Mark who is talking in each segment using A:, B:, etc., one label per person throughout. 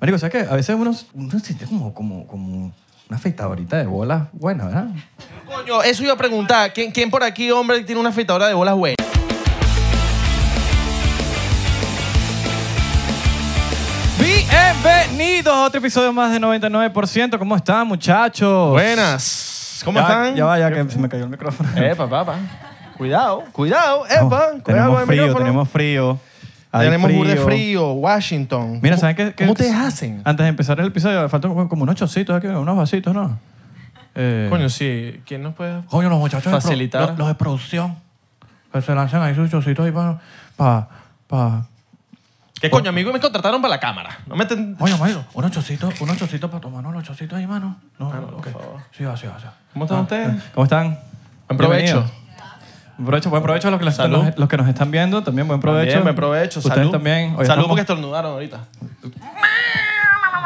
A: Marico, ¿sabes qué? A veces uno, uno siente como, como, como una afeitadorita de bolas buena, ¿verdad?
B: Coño, eso iba a preguntar. ¿Quién, quién por aquí, hombre, tiene una afeitadora de bolas buena?
A: Bienvenidos a otro episodio más de 99%. ¿Cómo están, muchachos?
B: Buenas. ¿Cómo
A: Ya-
B: están?
A: Ya va, ya que se me cayó el micrófono.
B: Epa, Eh, papá. Cuidado, cuidado. Epa, cuidado con
A: tenemos
B: el
A: frío,
B: micrófono.
A: tenemos frío. Hay
B: Tenemos burda de frío, Washington.
A: Mira,
B: ¿Cómo-
A: ¿saben qué? Ah, qué-
B: ¿Cómo te hacen?
A: Antes de empezar el episodio, faltan como como unos chocitos aquí, unos vasitos, ¿no? Eh,
B: Coño, sí. ¿Quién nos puede...?
A: Coño, los muchachos de pro-
B: Facilitar.
A: los, los de producción. Que se lanzan ahí sus chocitos ahí para. Pa, pa. Oh.
B: ¿Qué coño, amigo? Me contrataron para la cámara. No me ten-
A: Coño, marico, unos chocitos, unos chocitos para tomarnos los chocitos ahí, mano. No,
B: Ah, no, por
A: ok.
B: favor.
A: Sí, va, sí, va, sí va.
B: ¿Cómo están
A: Ah,
B: ustedes?
A: ah, ¿Cómo están?
B: Buen provecho.
A: Bienvenidos. Buen provecho, buen provecho a los que, los,
B: Salud.
A: los que nos están viendo. También buen provecho.
B: También, me provecho.
A: Ustedes
B: Salud.
A: también. Hoy
B: Salud
A: estamos-
B: porque estornudaron ahorita.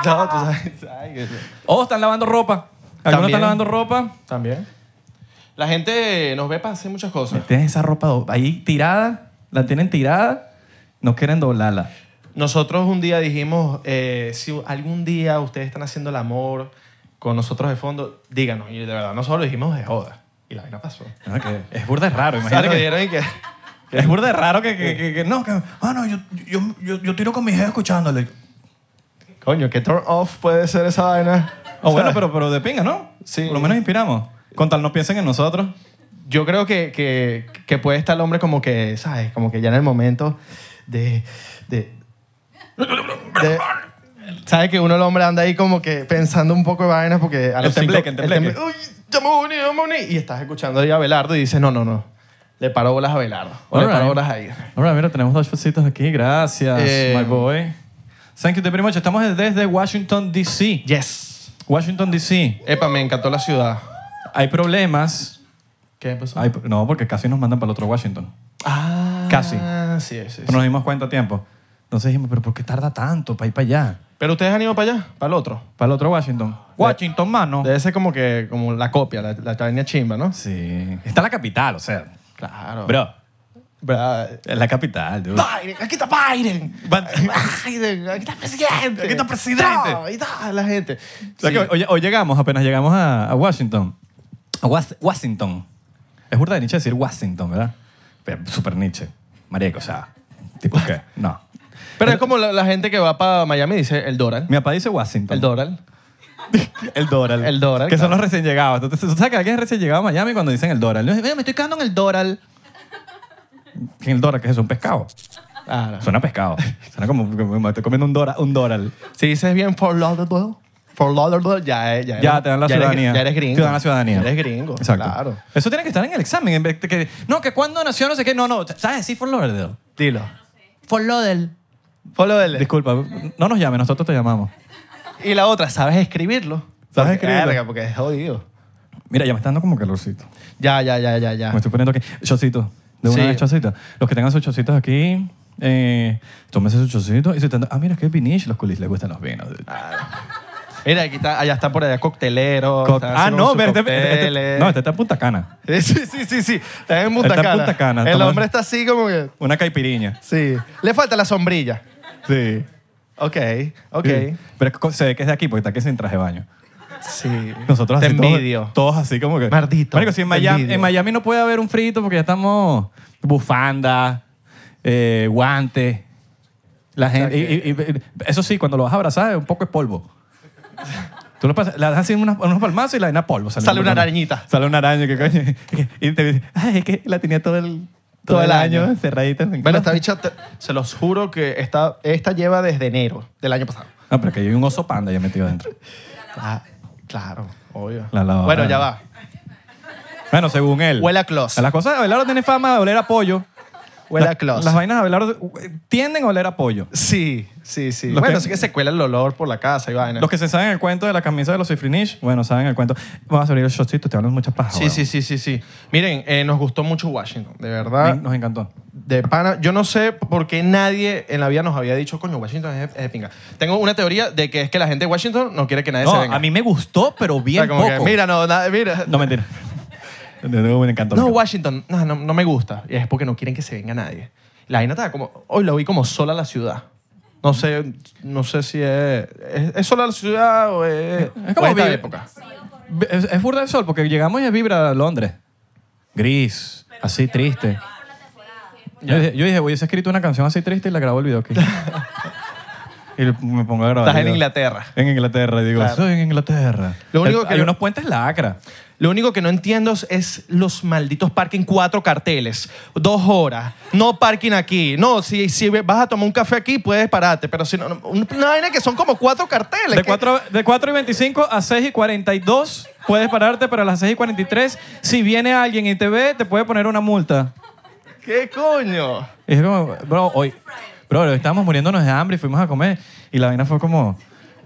B: No, tú sabes. sabes que sí.
A: O Oh, están lavando ropa. Algunos
B: También.
A: están lavando ropa.
B: También. La gente nos ve para hacer muchas cosas.
A: Tienes esa ropa do- ahí tirada, la tienen tirada, no quieren doblarla.
B: Nosotros un día dijimos, eh, si algún día ustedes están haciendo el amor con nosotros de fondo, díganos. Y de verdad, nosotros lo dijimos de joda. Y la vaina pasó.
A: No, que es burda de raro,
B: ¿Sabes
A: imagínate.
B: lo que
A: que-
B: dijeron y que...
A: Es burda de raro que, que, que- que- no, que, ah, no, yo, yo, yo, yo tiro con mi jefe escuchándole.
B: Coño, ¿qué turn off puede ser esa vaina?
A: O bueno, pero, pero de pinga, ¿no?
B: Sí.
A: Por lo menos inspiramos. Con tal no piensen en nosotros.
B: Yo creo que, que, que puede estar el hombre como que, ¿sabes? Como que ya en el momento de... de, de- ¿Sabes? Que uno el hombre anda ahí como que pensando un poco de vainas porque... A
A: El
B: los cinco-
A: tembleque, el tembleque.
B: Uy, ya me voy a unir, ya me voy a unir". Y estás escuchando ahí a Belardo y dices, no, no, no. Le paro bolas a Belardo. O le
A: Alright.
B: paro bolas a ella.
A: Ahora, mira, tenemos dos chocitos aquí. Gracias,
B: Eh,
A: my boy. Thank you very much. Estamos desde Washington, D.C.
B: Yes.
A: Washington, D.C.
B: Epa, me encantó la ciudad.
A: Hay problemas.
B: ¿Qué pasó?
A: Hay- no, porque casi nos mandan para el otro Washington.
B: Ah.
A: Casi.
B: Sí, sí, sí.
A: Pero nos dimos cuenta a tiempo. Entonces dijimos, pero ¿por qué tarda tanto para ir para allá?
B: Pero ustedes han ido para allá, para el otro.
A: Para el otro Washington. Washington, mano.
B: Debe ser como que como la copia, la, la vaina chimba, ¿no?
A: Sí. Está la capital, o sea.
B: Claro.
A: Bro,
B: Bra-
A: es la capital, dude.
B: Biden, aquí está Biden.
A: Van-
B: Biden, aquí está el presidente.
A: Aquí está el presidente.
B: No, Ahí está la gente.
A: O sea
B: Sí.
A: que hoy, hoy llegamos, apenas llegamos a, a Washington. A Was- Washington. Es burda de Nietzsche decir Washington, ¿verdad? Pero Super Nietzsche. Marico, o sea, tipo que, no.
B: Pero es como la, la gente que va para Miami y dice el dólar.
A: Mi papá dice Washington.
B: El dólar.
A: El Doral.
B: El Doral,
A: Que son
B: claro.
A: los recién llegados. Entonces, tú sabes que alguien es recién llegado a Miami cuando dicen el Doral. Yo, "Mira, me estoy quedando en el Doral. ¿Qué es el Doral? ¿Qué es eso? ¿Un pescado?
B: Claro.
A: Suena a pescado. Suena como, como me estoy comiendo un, dora- un Doral.
B: Si dices bien for Lauderdale, for Lauderdale, ya, ya,
A: Ya te dan la
B: ya eres-
A: ciudadanía.
B: ya eres gringo.
A: Te dan la ciudadanía.
B: Ya eres gringo.
A: Exacto.
B: Claro.
A: Eso tiene que estar en el examen. En vez de que, no, que cuando nació, no sé qué. No, no. ¿Sabes? Sí, Fort Lauderdale.
B: Dilo.
A: Fort Lauderdale.
B: For Lauderdale.
A: Disculpa, no nos llame, nosotros te llamamos.
B: Y la otra, ¿sabes escribirlo?
A: ¿Sabes
B: Porque-
A: escribirlo?
B: Verga, porque es jodido.
A: Mira, ya me está dando como calorcito.
B: Ya, ya, ya, ya, ya.
A: Me estoy poniendo aquí. Chocito. De una
B: Sí.
A: vez chocito. Los que tengan sus chocitos aquí, eh, tómense sus chocitos. Y si están- Ah, mira, es que es vinich. Los culis les gustan los vinos.
B: Ah, Mira, aquí está, allá está por allá coctelero.
A: Co-
B: están
A: ah,
B: haciendo
A: no,
B: sus
A: verte.
B: cócteles.
A: no, este está en Punta Cana.
B: Sí, sí, sí, sí. Está en
A: Está
B: Punta
A: en
B: Cana.
A: Punta Cana,
B: El
A: toma-
B: hombre está así como que...
A: Una caipiriña.
B: Sí. Le falta la sombrilla.
A: Sí.
B: Ok, ok.
A: Pero es que se ve que es de aquí porque está aquí sin traje de baño.
B: Sí.
A: Nosotros
B: Te
A: así todos-
B: envidio.
A: Todos, así como que.
B: Maldito,
A: Marico, si en
B: te
A: Miami,
B: envidio.
A: en Miami no puede haber un frito porque ya estamos. Bufanda, eh, guantes. La gente. y- y- y- eso sí, cuando lo vas a abrazar, es un poco de polvo. Tú lo pasas, le das así unas- unos palmazos y la arena polvo.
B: Sale una
A: polvo.
B: arañita.
A: Sale una araña, que coño. Y te dice, ay, es que la tenía todo el, todo el año encerradita. en el-
B: Bueno, esta bicha, te- se los juro que esta, esta lleva desde enero del año pasado.
A: No, Ah, pero que hay un oso panda ya metido adentro.
B: Ah, claro, obvio.
A: La lavadora.
B: bueno, ya va.
A: Bueno, según él.
B: Huele a clos.
A: Las cosas de Abelardo tiene fama de oler a pollo.
B: Huele
A: La-
B: a clos.
A: Las vainas de Abelardo eh, tienden a oler a pollo.
B: Sí, sí, sí.
A: Los
B: bueno,
A: que-
B: sí que se cuela el olor por la casa y vaina.
A: Los que se saben el cuento de la camisa de los Cifrinish, bueno, saben el cuento. Vamos a abrir el shotcito, te hablan muchas pajas.
B: Sí,
A: weón.
B: sí, sí, sí, sí. Miren, eh, nos gustó mucho Washington, de verdad.
A: Me- Nos encantó.
B: De pana, yo no sé por qué nadie en la vida nos había dicho, coño, Washington es, es de pinga. Tengo una teoría de que es que la gente de Washington no quiere que nadie se
A: No,
B: venga.
A: a mí me gustó, pero
B: O sea,
A: bien
B: como que,
A: poco.
B: mira, no, na- mira.
A: No, mentira. De nuevo, me encantó.
B: No,
A: me encantó.
B: Washington, no, no, no me gusta. Y es porque no quieren que se venga nadie. La vaina estaba como, hoy la vi como sola a la ciudad. No sé, no sé si es, es, es solo la ciudad o es,
A: Es como
B: o esta
A: vi-
B: época.
A: Es, es burda de sol porque llegamos y es vibra Londres. Gris, así triste. Yo dije, yo dije, hubiese escrito una canción así triste y la grabó el video aquí. y me pongo a grabar.
B: Estás en
A: Digo,
B: Inglaterra.
A: En Inglaterra, y digo,
B: Claro.
A: soy en Inglaterra.
B: Lo único
A: El-
B: que
A: hay
B: yo-
A: unos puentes lacra.
B: Lo único que no entiendo es- es los malditos parking, cuatro carteles, dos horas, no parking aquí. No, si, si vas a tomar un café aquí, puedes pararte, pero si no, no- una vaina que son como cuatro
A: De
B: carteles. que-
A: 4, de 4 y 25 a 6 y 42 puedes pararte, pero a las 6 y 43, si viene alguien y te ve, te puede poner una multa.
B: ¿Qué coño?
A: Y es como, bro, hoy, bro, hoy estábamos muriéndonos de hambre y fuimos a comer. Y la vaina fue como,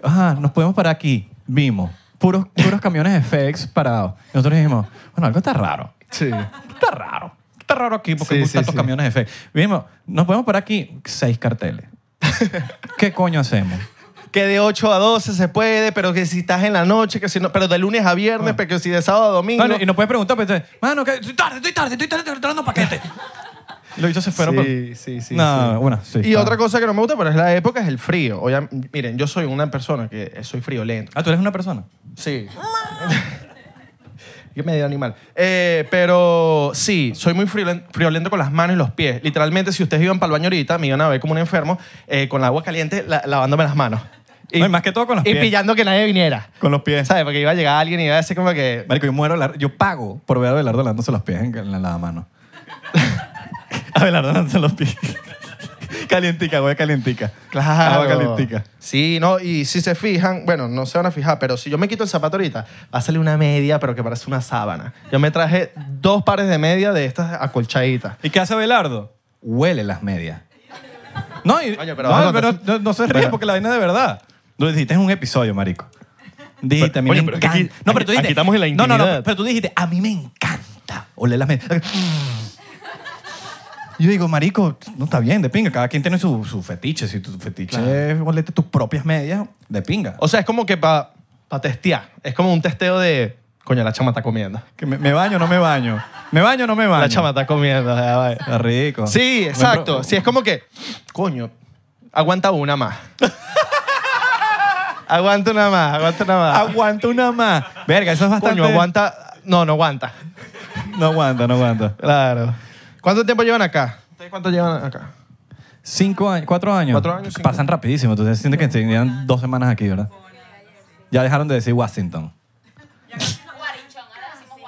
A: ajá, nos podemos parar aquí. Vimos, puros, puros camiones de FedEx parados. Y nosotros dijimos, bueno, algo está raro.
B: Sí.
A: Está raro. Está raro aquí porque
B: Sí,
A: hay
B: sí,
A: tantos
B: sí.
A: camiones de FedEx. Vimos, nos podemos parar aquí, seis carteles. ¿Qué coño hacemos?
B: Que de 8 a 12 se puede, pero que si estás en la noche, que si no, pero de lunes a viernes, pero que si de sábado a domingo.
A: Bueno, y nos puedes preguntar, pues, te- mano, que estoy tarde, estoy tarde, estoy tarde, estoy entrando paquete. Y Los bichos se fueron.
B: Sí, sí, sí,
A: No,
B: sí.
A: bueno, sí.
B: Y
A: Ah.
B: otra cosa que no me gusta, pero es la época, es el frío. Obvia- miren, yo soy una persona que soy friolento.
A: Ah, tú eres una persona.
B: Sí. Qué medio animal. Eh, pero sí, soy muy friolen- friolento con las manos y los pies. Literalmente, si ustedes iban para el baño ahorita, me iban a ver como un enfermo eh, con agua caliente la- lavándome las manos.
A: No, y más que todo con los
B: y
A: pies.
B: pillando que nadie viniera.
A: Con los pies.
B: ¿Sabes? Porque iba a llegar alguien y iba a decir como que...
A: Marico, yo muero. la- Yo pago por ver a Abelardo lavándose los pies en, en la lavamano. Abelardo lavándose los pies. calientica, güey, calientica.
B: Claro.
A: Agua calientica.
B: Sí, no, y si se fijan, bueno, no se van a fijar, pero si yo me quito el zapato ahorita, va a salir una media, pero que parece una sábana. Yo me traje dos pares de media de estas acolchaditas.
A: ¿Y qué hace Abelardo? Huele las medias. No, y-
B: Coño, pero
A: no,
B: bueno,
A: pero
B: entonces-
A: no, no se ríe
B: Bueno.
A: porque la vaina es de verdad. Lo dijiste en un episodio, marico. Dijiste, a mí
B: Oye,
A: me
B: pero es que
A: encanta.
B: aquí-
A: no, pero tú
B: aquí-
A: dijiste,
B: aquí estamos en la
A: No, no, no,
B: intimidad.
A: pero tú dijiste, a mí me encanta oler las medias. Yo digo, marico, no está bien, de pinga. Cada quien tiene su, su fetiche. Si tu fetiche es olerte tus propias medias, de pinga.
B: O sea, es como que para testear. Es como un testeo de, coño, la chama está comiendo.
A: Que me, me baño o no me baño. ¿Me baño o no me baño?
B: La chama está comiendo. ya va.
A: Está rico.
B: Sí, exacto. Sí, es como que, coño, aguanta una más. aguanta una más, aguanta una más.
A: Aguanta una más. Verga, eso es bastante...
B: Coño, aguanta... No, no aguanta.
A: No aguanta, no aguanta.
B: Claro. ¿Cuánto tiempo llevan acá? ¿Ustedes cuánto llevan acá?
A: Cinco años, cuatro años.
B: Cuatro años, cinco.
A: Pasan rapidísimo. Entonces sientes que tenían dos semanas aquí, ¿verdad? Ya dejaron de decir Washington.
C: Guarinchón, ahora decimos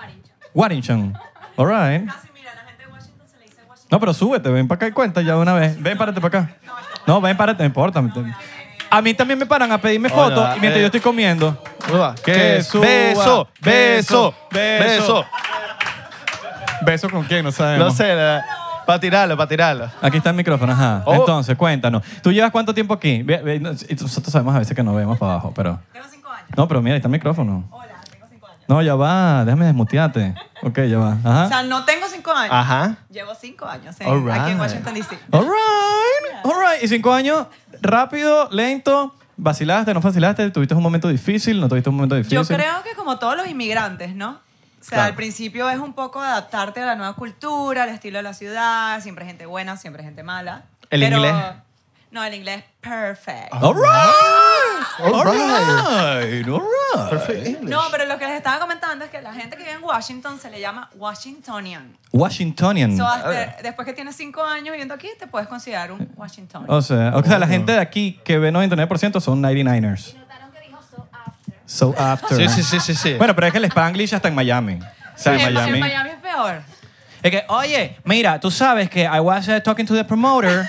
C: Guarinchón.
A: Warrington. All right.
C: Casi, Ah, mira, la gente de Washington se le dice Washington.
A: No, pero súbete. Ven para acá y cuenta ya de una vez. Ven, párate para acá. No, ven, párate. No importa. A mí también me paran a pedirme
B: Hola,
A: fotos y mientras
B: eh.
A: yo estoy comiendo.
B: Uva,
A: Que suba,
B: beso,
A: beso.
B: beso, beso.
A: ¿Beso con quién? No sabemos.
B: No sé, para tirarlo, para tirarlo.
A: Aquí está el micrófono, ajá.
B: Oh.
A: Entonces, cuéntanos. ¿Tú llevas cuánto tiempo aquí? Ve- ve- nos- y Nosotros sabemos a veces que nos vemos para abajo, pero...
C: Tengo cinco años.
A: No, pero mira, ahí está el micrófono.
C: Hola, tengo cinco años.
A: No, ya va, déjame desmutearte. Ok, ya va.
C: O
A: Ajá.
C: sea, no tengo cinco años.
B: Ajá.
C: Llevo cinco años en-
B: Ah. All
C: aquí
B: right.
C: en Washington, D.C.
A: All right, all right. Y cinco años, rápido, lento, vacilaste, no vacilaste, tuviste un momento difícil, no tuviste un momento difícil.
C: Yo creo que como todos los inmigrantes, ¿no? O sea,
A: Claro.
C: al principio es un poco adaptarte a la nueva cultura, al estilo de la ciudad, siempre hay gente buena, siempre hay gente mala.
B: ¿El
C: Pero-
B: inglés? Ah,
C: No, el inglés perfect.
A: All right,
B: All
A: all
B: right.
A: right, all right.
C: No, pero lo que les estaba comentando es que la gente que vive en Washington se le llama Washingtonian.
B: Mm.
A: Washingtonian.
C: So, uh,
B: Ah.
C: hasta- después que tienes cinco años viviendo aquí, te puedes considerar un Washingtonian.
A: O sea, o sea, la gente de aquí que ve 99% son 99ers.
D: Notaron que dijo so after.
A: So after.
B: Sí, sí, sí, sí, sí.
A: Bueno, pero es que el Spanglish hasta en Miami. O sea,
C: Sí,
A: en Miami.
C: es peor.
A: Es que, oye, mira, tú sabes que I was uh, talking to the promoter.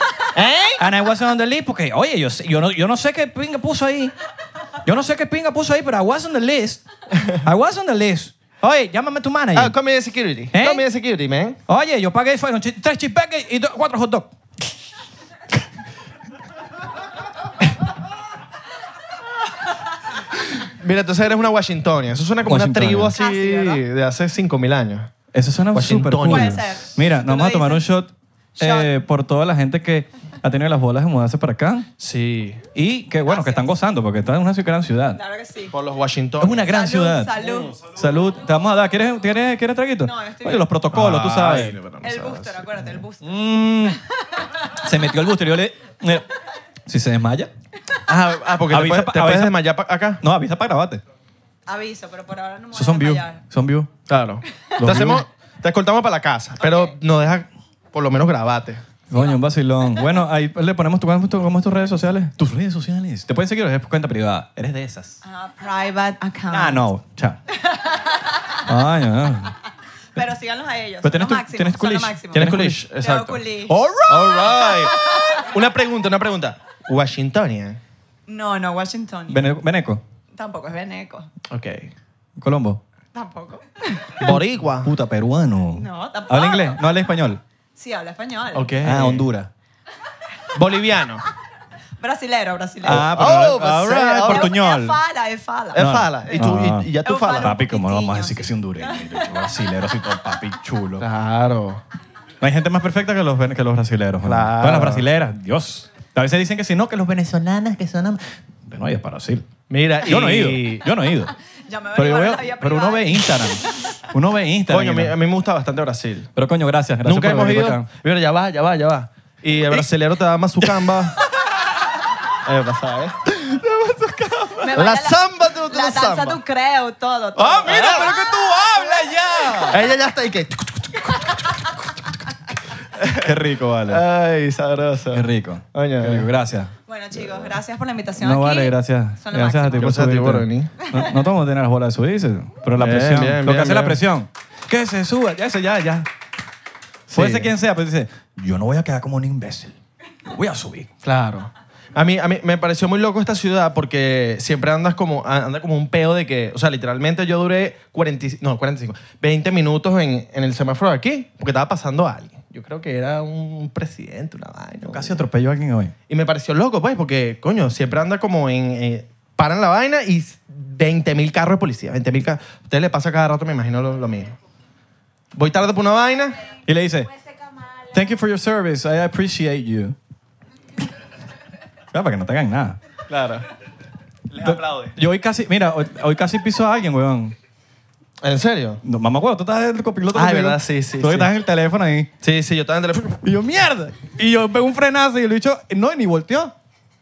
A: And I was on the list porque, oye, yo, sé- yo, no, yo no sé qué pinga puso ahí. Yo no sé qué pinga puso ahí, pero I was on the list. I was on the list. Oye, llámame a tu manager.
B: Ah, come here security.
A: ¿Eh?
B: Come here security, man.
A: Oye, yo pagué fueron chi- tres chispeques y do- cuatro hot dogs.
B: Mira, entonces eres una Washingtonia. Eso suena como una
A: Washingtonia.
B: tribu así
C: Casi, Ah, ¿verdad?
B: de hace 5000 años.
A: Eso suena
B: Washingtonian.
A: súper cool.
B: Puede
C: ser.
A: Mira,
C: Tú
A: nos vamos
C: lo
A: a tomar un
C: dices.
A: shot, eh, por toda la gente que ha tenido las bolas de mudarse para acá.
B: Sí.
A: Y que, bueno, que están gozando porque está en una gran ciudad.
C: Claro que sí.
B: Por los Washingtonians.
A: Es una gran
C: Salud,
A: ciudad.
C: salud.
A: Salud. Te vamos a dar. ¿Quieres, quieres, quieres traguito?
C: No, estoy
A: Oye,
C: bien.
A: los protocolos,
B: Ah,
A: tú sabes.
B: Ay, pero no
C: El
B: sabes.
C: booster, acuérdate, el booster.
A: Mm. Se metió el booster. Yo le. eh, Si se desmaya.
B: Ah, ah, porque
A: Avisa
B: te puedes,
A: pa-
B: te puedes
A: avisa-
B: desmayar pa- acá.
A: No, avisa para grabarte.
C: Aviso, pero por ahora no me voy
A: Esos
C: a
A: son views.
C: desmayar.
A: Son views.
B: Claro. Te
A: Los
B: hacemos, te escoltamos para la casa, pero nos deja por lo menos grabate.
A: Coño, un vacilón. Bueno, ahí pues, le ponemos tu, ¿cómo es tu- cómo es tus redes sociales. Tus redes sociales. Te pueden seguir, es cuenta privada. Eres de esas.
C: Ah, private account.
A: Ah, no. Chao. Coño, no.
C: Pero síganlos a ellos.
A: Pero
C: son
A: tienes
C: los
A: tu-
C: máximos,
A: tienes
C: son los
A: culish,
C: máximos.
A: tienes
B: culish,
C: Tengo culish.
A: Oh.
B: All right. Una pregunta, una pregunta. Washingtonia.
C: No, no, Washington.
A: Bene- Beneco.
C: Tampoco es Beneco.
B: Ok.
A: Colombo.
C: Tampoco.
B: Boricua.
A: Puta, peruano.
C: No, tampoco.
A: Habla inglés, no habla español.
C: Sí, habla español.
B: Ok.
A: Ah, Honduras.
B: Boliviano.
C: Brasilero, brasilero.
A: Ah, pero
B: Oh,
A: no-
B: pues,
A: ahora
B: sí,
A: es
B: ahora-
C: Es-
A: portuñol.
C: Es fala, es fala.
B: Es fala. Y, tú,
A: Ah.
B: y, y ya tú
C: Es un fala.
B: fala.
A: Papi, como no vamos a
C: Poquitiño,
A: decir que es hondureño, yo brasilero, soy todo papi chulo.
B: Claro.
A: No hay gente más perfecta que los, ven- que los brasileros. ¿no?
B: Claro.
A: Bueno, las brasileras, Dios. A veces dicen que si no, que los venezolanas que son... am- De no, es para Brasil.
B: Mira,
A: Yo no he
B: y-
A: ido, yo no he ido.
C: Ya me
A: Pero, yo
C: averiguaron
A: veo-
C: la vida
A: pero uno
C: privada.
A: ve Instagram. Uno ve Instagram.
B: Coño, a
A: y
B: mí,
A: no.
B: a mí me gusta bastante Brasil.
A: Pero coño, gracias. gracias
B: Nunca
A: por
B: hemos
A: venir
B: ido.
A: para acá.
B: Mira, ya va, ya va, ya va. Y el brasilero te da más su camba. Eh, pasa, ¿eh? La
C: Me baila
B: samba, tú- tú la
C: La danza
B: samba.
C: tú creo, todo, todo.
B: ¡Ah, mira!
A: pero que tú hablas ya!
B: Ella ya está ahí que.
A: Qué rico, vale.
B: Ay, sabroso.
A: Qué rico.
B: Coño. eh.
A: Qué rico, gracias.
C: Bueno, chicos, gracias por la invitación
A: No
C: aquí.
A: vale, gracias.
C: Son lo
A: Gracias a ti
C: máximo.
A: por
B: Gracias a ti
A: subirte.
B: por venir.
A: No, no todos tienen las bolas de subirse, pero la
B: Bien,
A: presión,
B: bien,
A: lo que
B: bien,
A: hace la
B: bien.
A: presión, que se suba, ya, eso ya, ya. Puede ser quien sea, pero dice, yo no voy a quedar como un imbécil, yo voy a subir.
B: Claro. A mí, a mí me pareció muy loco esta ciudad porque siempre andas como, anda como un peo de que, o sea, literalmente yo duré 40, y- no, 45, 20 minutos en, en el semáforo de aquí porque estaba pasando a alguien. Yo creo que era un presidente, una vaina.
A: Casi atropelló a alguien hoy.
B: Y me pareció loco, pues, porque, coño, siempre anda como en... eh, paran la vaina y 20.000 carros de policía, 20.000 carros. A ustedes les pasa cada rato, me imagino, lo, lo mismo. Voy tarde por una vaina.
A: Y le dice, thank you for your service, I appreciate you. Claro, para que no te hagan nada.
B: Claro. Les aplaude.
A: Yo hoy casi, mira, hoy, hoy casi piso a alguien, weón.
B: ¿En serio?
A: No, mamá, weón, tú estás en el copiloto.
B: Ah,
A: conmigo.
B: verdad, sí, sí,
A: Tú
B: sí.
A: estás en el teléfono ahí.
B: Sí, sí, yo estaba en el teléfono.
A: Y yo, mierda. Y yo pego un frenazo y el bicho, no, y ni volteó.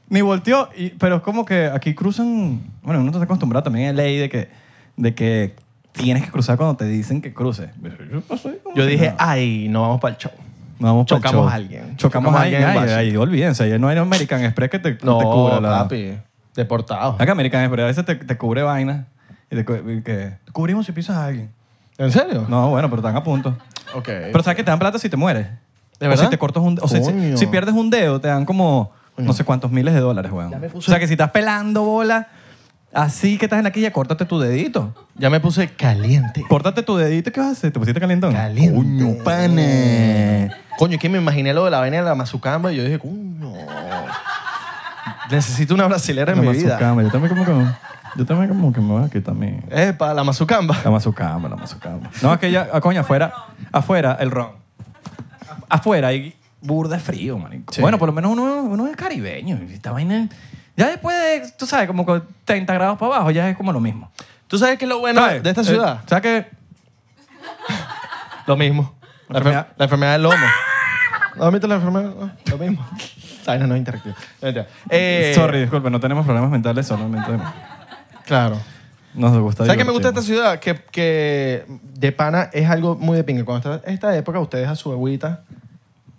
A: Ni volteó. Y- pero es como que aquí cruzan. Bueno, uno está acostumbrado también a la ley de que, de que tienes que cruzar cuando te dicen que cruces. Pero Yo, pasé como
B: Yo
A: si
B: dije,
A: nada.
B: ay, no vamos para el show.
A: Vamos pa'l
B: chocamos
A: show.
B: a alguien.
A: Chocamos, a alguien.
B: en
A: Ay,
B: Washington.
A: ay, olvídense. Ya no hay American Express que te,
B: No,
A: te cubra la.
B: papi. Deportado.
A: Acá American Express a veces te, te cubre vainas. Y te, cu- y que, cubrimos si pisas a alguien.
B: ¿En serio?
A: No, bueno, pero están a punto.
B: Ok.
A: Pero sabes que te dan plata si te mueres.
B: ¿De
A: O
B: verdad?
A: si te cortas un o sea, si,
B: Coño.
A: si pierdes un dedo, te dan como no sé cuántos miles de dólares, weón.
B: Ya me
A: O
B: puse-
A: sea que si estás pelando bola, así que estás en la quilla, córtate tu dedito.
B: ya me puse caliente.
A: Córtate tu dedito, ¿qué vas a hacer? ¿Te pusiste calentón?
B: Caliente.
A: Coño, pane.
B: Coño, es que me imaginé lo de la vaina de la mazucamba y yo dije, coño. Necesito una brasilera en
A: La
B: mi vida.
A: mazucama. Yo también como que, yo también como que me voy a quitar mi...
B: Epa, la mazucamba.
A: La mazucama, la mazucama. No, es que ya, ah, coño, afuera, afuera, el ron. Afuera hay burda de frío, marico.
B: Sí.
A: Bueno, por lo menos uno, uno es caribeño. y Esta vaina... Ya después de, tú sabes, como con 30 grados para abajo, ya es como lo mismo.
B: ¿Tú sabes qué es lo bueno
A: ¿Sabes?
B: de esta
A: Eh,
B: ciudad?
A: ¿Sabes qué?
B: lo mismo. La, enfer-
A: Enfermedad.
B: la enfermedad del lomo. ¿No has visto la enfermedad? Ah, Lo mismo. Esta vaina no es interactiva. No, mentira. Eh,
A: Sorry, disculpe, no tenemos problemas mentales, solamente
B: Claro.
A: nos gusta
B: ¿Sabes qué me gusta de esta
A: divertirnos.
B: ciudad? Que, que de pana es algo muy de pinga. Cuando está esta época, usted deja su agüita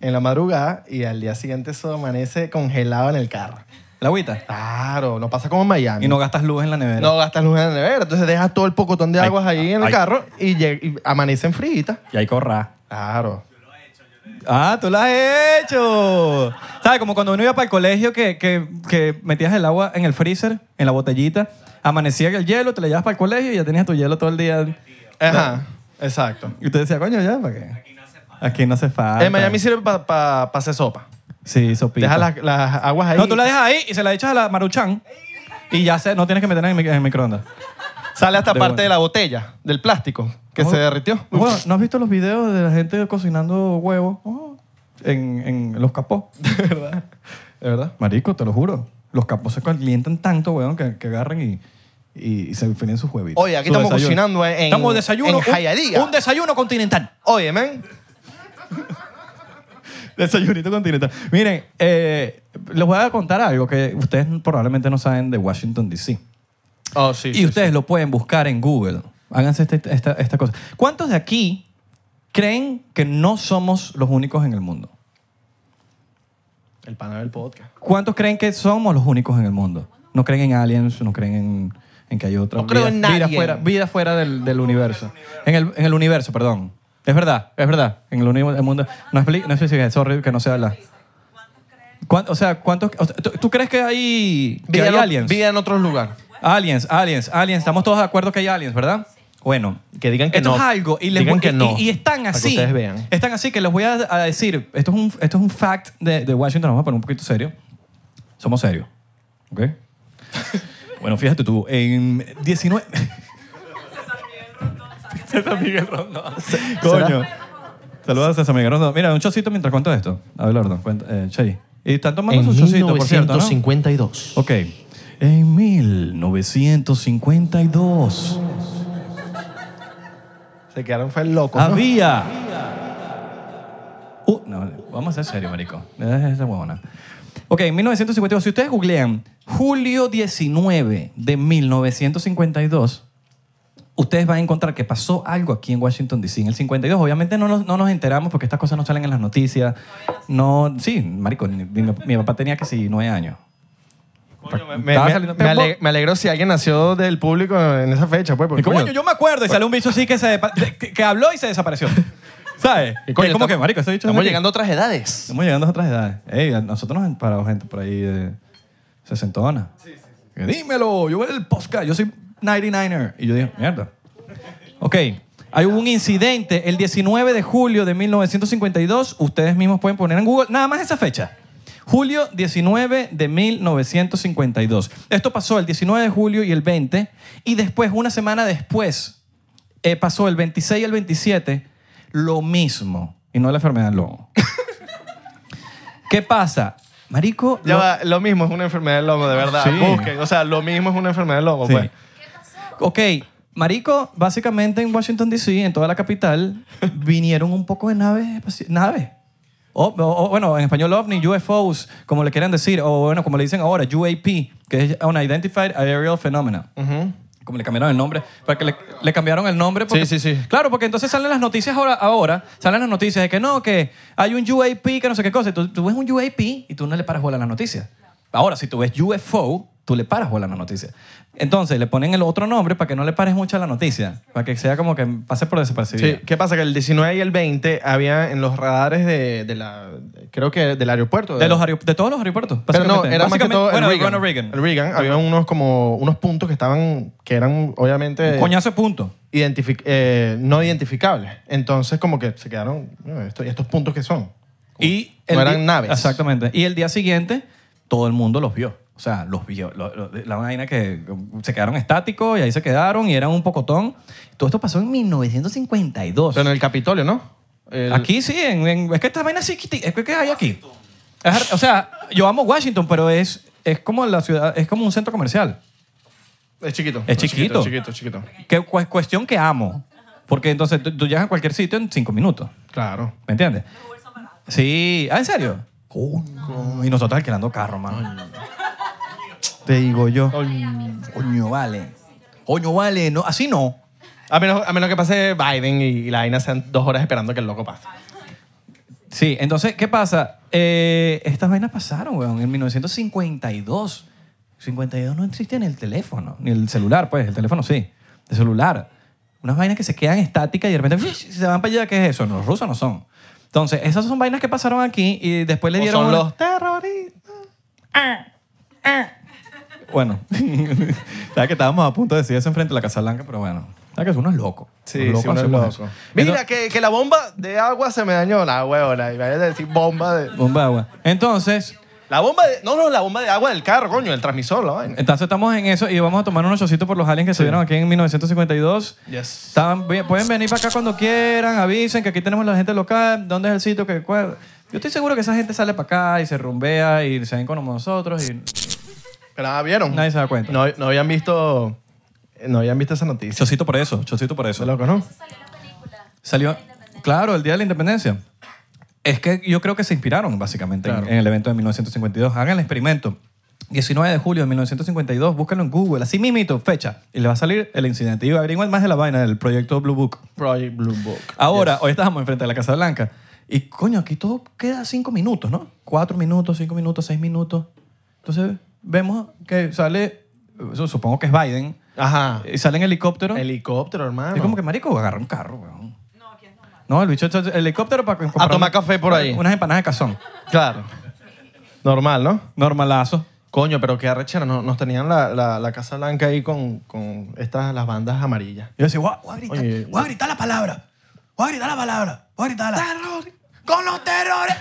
B: en la madrugada y al día siguiente eso amanece congelado en el carro.
A: La agüita.
B: Claro, no pasa como en Miami.
A: Y no gastas luz en la nevera.
B: No gastas luz en la nevera. Entonces dejas todo el pocotón de
A: Ay,
B: aguas ahí en el
A: ay.
B: carro y, lleg- y amanecen fritas.
A: Y ahí corra.
B: Claro.
A: Ah, tú la has hecho. ¿Sabes? Como cuando uno iba para el colegio que, que, que metías el agua en el freezer, en la botellita, amanecía el hielo, te la llevas para el colegio y ya tenías tu hielo todo el día.
B: Ajá, exacto.
A: Y te decía, coño, ya, ¿para qué? Aquí no hace falta.
B: en Miami sirve para hacer sopa.
A: Sí, sopita.
B: Dejas las, las aguas ahí.
A: No, tú la dejas ahí y se la echas a la maruchan y ya se, no tienes que meterla en el, mic- en el microondas.
B: Sale hasta
A: de
B: parte
A: bueno.
B: de la botella, del plástico, que
A: ¿Cómo?
B: se derritió.
A: No, bueno, ¿No has visto los videos de la gente cocinando huevos oh, en, en los capós?
B: De verdad. De verdad.
A: Marico, te lo juro. Los capos se calientan tanto, weón, que, que agarran y, y, y se enfrían sus huevitos.
B: Oye, aquí
A: Su
B: estamos
A: desayuno.
B: cocinando en-
A: Estamos desayuno.
B: en
A: un-
B: Jayalía.
A: Un, desayuno continental.
B: Oye, men.
A: Desayunito continental. Miren, eh, les voy a contar algo que ustedes probablemente no saben de Washington, D.C.
B: Oh, sí.
A: y ustedes lo pueden buscar en Google. Háganse este- esta, esta cosa. ¿Cuántos de aquí creen que no somos los únicos en el mundo?
B: El pana del podcast.
A: ¿Cuántos creen que somos los únicos en el mundo? ¿No creen en aliens? ¿No creen en, en que hay otra
B: No creo
A: vida,
B: en nadie.
A: vida fuera, vida fuera del, del universo? En el, en el universo, perdón. Es verdad, es verdad. En el, uni- el mundo... No, expli- no especifica, sorry que no se habla. ¿Cuán- O sea, ¿cuántos, o sea, ¿tú, tú crees que hay, que hay
B: en o-
A: aliens?
B: vida en otros lugares.
A: Aliens, aliens, aliens. Estamos todos de acuerdo que hay aliens, ¿verdad? Bueno.
B: Que digan que
A: esto
B: no.
A: es algo. Y, les
B: Digan
A: voy-
B: que
A: y-
B: no,
A: y- y están
B: para que
A: así.
B: ustedes vean.
A: Están así que les voy a, a decir. Esto es, un, esto es un fact de, de Washington. Vamos a poner un poquito serio. Somos serios. ¿Ok? bueno, fíjate tú. En 19... César Miguel Rondón. Coño. Saludos a César Miguel Rondón. Mira, un chocito mientras cuento esto. Abelardo, cuenta, eh, Chey. Y están tomando
B: En
A: su chocito, por cierto, ¿no?
B: 1952.
A: Ok. En 1952
B: Se quedaron fue locos.
A: Ah,
B: ¿no?
A: había. Uh, no, vamos a ser serio, marico. Deja Esa huevona. Ok, en 1952. Si ustedes googlean julio 19 de 1952, ustedes van a encontrar que pasó algo aquí en Washington, D.C. En el 52, obviamente no nos, no nos enteramos porque estas cosas no salen en las noticias. No, sí, marico, ni- ni mi, mi papá tenía que si nueve años.
B: Me,
A: Estaba
B: me-
A: saliendo-
B: me ale- me alegro si alguien nació del público en esa fecha,
A: Y
B: pues. Porque,
A: coño,
B: coño,
A: yo me acuerdo y sale un bicho así que, se, que, que habló y se desapareció. ¿Sabes?
B: Y coño,
A: Que como
B: estamos-
A: que, marico, ese bicho es
B: estamos
A: de aquí.
B: llegando a otras edades.
A: Estamos llegando a otras edades. Ey, a nosotros nos han parado gente por ahí de sesentona. Sí, sí, Dímelo, yo era el podcast, yo soy 99er. Y yo dije, mierda. Ok, hay un incidente el 19 de julio de 1952. Ustedes mismos pueden poner en Google nada más esa fecha. Julio 19 de 1952. Esto pasó el 19 de julio y el 20. Y después, una semana después, eh, pasó el 26 y el 27, lo mismo. Y no la enfermedad del lomo. ¿Qué pasa? Marico...
B: Ya
A: lo-
B: va, lo mismo es una enfermedad del lomo, de verdad.
A: Sí.
B: Busquen. O sea, lo mismo es una enfermedad del lomo,
A: Sí.
B: pues.
A: Ok, marico, básicamente en Washington D.C., en toda la capital, vinieron un poco de naves, espaci- naves. O, o- o, bueno, en español ovni, UFOs, como le quieran decir, o bueno, como le dicen ahora, UAP, que es una Identified Aerial Phenomena. Como le cambiaron el nombre, para que le, le cambiaron el nombre. Porque,
B: Sí, sí, sí.
A: Claro, porque entonces salen las noticias ahora, ahora, salen las noticias de que no, que hay un UAP, que no sé qué cosa. Y Tú, tú ves un UAP y tú no le paras bola a la noticia. Ahora, si tú ves UFO, tú le paras bola a la noticia. Entonces, le ponen el otro nombre para que no le pares mucho a la noticia, para que sea como que pase por desapercibido.
B: Sí. ¿Qué pasa? Que el 19 y el 20 había en los radares de, de la. Creo que del aeropuerto.
A: De, los aeropu- de todos los aeropuertos.
B: Pero no,
A: básicamente.
B: era más que
A: Básicamente,
B: todo
A: bueno,
B: el Reagan.
A: Ronald Reagan.
B: El Reagan. Había unos, como, unos puntos que estaban. que eran obviamente.
A: Coñazo de punto.
B: identific- eh, no identificables. Entonces, como que se quedaron. "Mira, esto- ¿Y estos puntos qué son?
A: Y
B: No
A: el
B: eran
A: di-
B: naves.
A: Exactamente. Y el día siguiente, todo el mundo los vio. O sea, los vio. Lo- lo- la vaina que se quedaron estáticos y ahí se quedaron y eran un pocotón. Todo esto pasó en 1952.
B: Pero en el Capitolio, ¿no? El-
A: Aquí sí, en- en- es que esta vaina sí existe. es que ¿qué hay aquí. Es ar- o sea, yo amo Washington, pero es, es como la ciudad, es como un centro comercial.
B: Es chiquito.
A: Es chiquito.
B: Chiquito, chiquito.
A: Que cu- cuestión que amo. Porque entonces tú, tú llegas a cualquier sitio en cinco minutos.
B: Claro.
A: ¿Me entiendes? Sí. ¿Ah, en serio? Coño. Y nosotros alquilando carro, mano. Te digo yo. Coño, vale. Coño, vale. No, así no.
B: A menos, a menos que pase Biden y, y la vaina sean dos horas esperando que el loco pase.
A: Sí, entonces, ¿qué pasa? Eh, estas vainas pasaron, weón, en 1952. 52 no existe ni el teléfono, ni el celular, pues, el teléfono sí, el celular. Unas vainas que se quedan estáticas y de repente ¡fish! se van para allá, ¿qué es eso? No, los rusos no son. Entonces, esas son vainas que pasaron aquí y después le
B: O
A: dieron...
B: son
A: una-
B: los terroristas.
A: Bueno, sabes que estábamos a punto de decir eso enfrente de la Casa Blanca, pero bueno, sabes que es uno es loco. Uno es loco
B: uno es
A: hacemos
B: loco.
A: eso.
B: Mira,
A: Entonces-
B: que, que la bomba de agua se me dañó. La huevona. Y vaya a decir bomba de.
A: Bomba de agua. Entonces,
B: La bomba de. No, no, la bomba de agua del carro, coño, el transmisor, la vaina.
A: Entonces estamos en eso y vamos a tomar unos chocitos por los aliens que se vieron aquí en 1952.
B: Yes.
A: Estaban bien- pueden venir para acá cuando quieran, avisen que aquí tenemos la gente local, dónde es el sitio que... cuál? Yo estoy seguro que esa gente sale para acá y se rumbea y se ven con nosotros y
B: Pero nada, vieron.
A: nadie se da cuenta.
B: No, no habían visto. No habían visto esa noticia.
A: Chocito por eso, chocito por eso.
B: Eso loco, ¿no?
A: Salió, claro, el Día de la Independencia. Es que yo creo que se inspiraron básicamente en-
B: Claro.
A: en, el evento de 1952. Hagan el experimento. 19 de julio de 1952, búsquenlo en Google, así mimito, fecha, y le va a salir el incidente. Y averigüen más de la vaina del proyecto Blue Book.
B: Project Blue Book.
A: Ahora, hoy estábamos enfrente de la Casa Blanca. Y coño, aquí todo queda cinco minutos, ¿no? Cuatro minutos, cinco minutos, seis minutos. Entonces vemos que sale, eso supongo que es Biden,
B: Ajá.
A: y sale en helicóptero.
B: Helicóptero, hermano.
A: ¿eh? es como que, marico, agarra un carro, weón. No, el bicho echa el helicóptero para comprar
B: tomar
A: un-
B: café por ahí.
A: Unas empanadas de cazón.
B: Claro. Normal, ¿no?
A: Normalazo.
B: Coño, pero qué arrechera. no- Nos, tenían la, la- la Casa Blanca ahí con, con estas, las bandas amarillas.
A: Y yo decía, voy a- voy a gritar,
B: Oye.
A: voy a gritar la palabra. Voy a gritar la palabra. Voy a gritarla. ¡Con los terrores!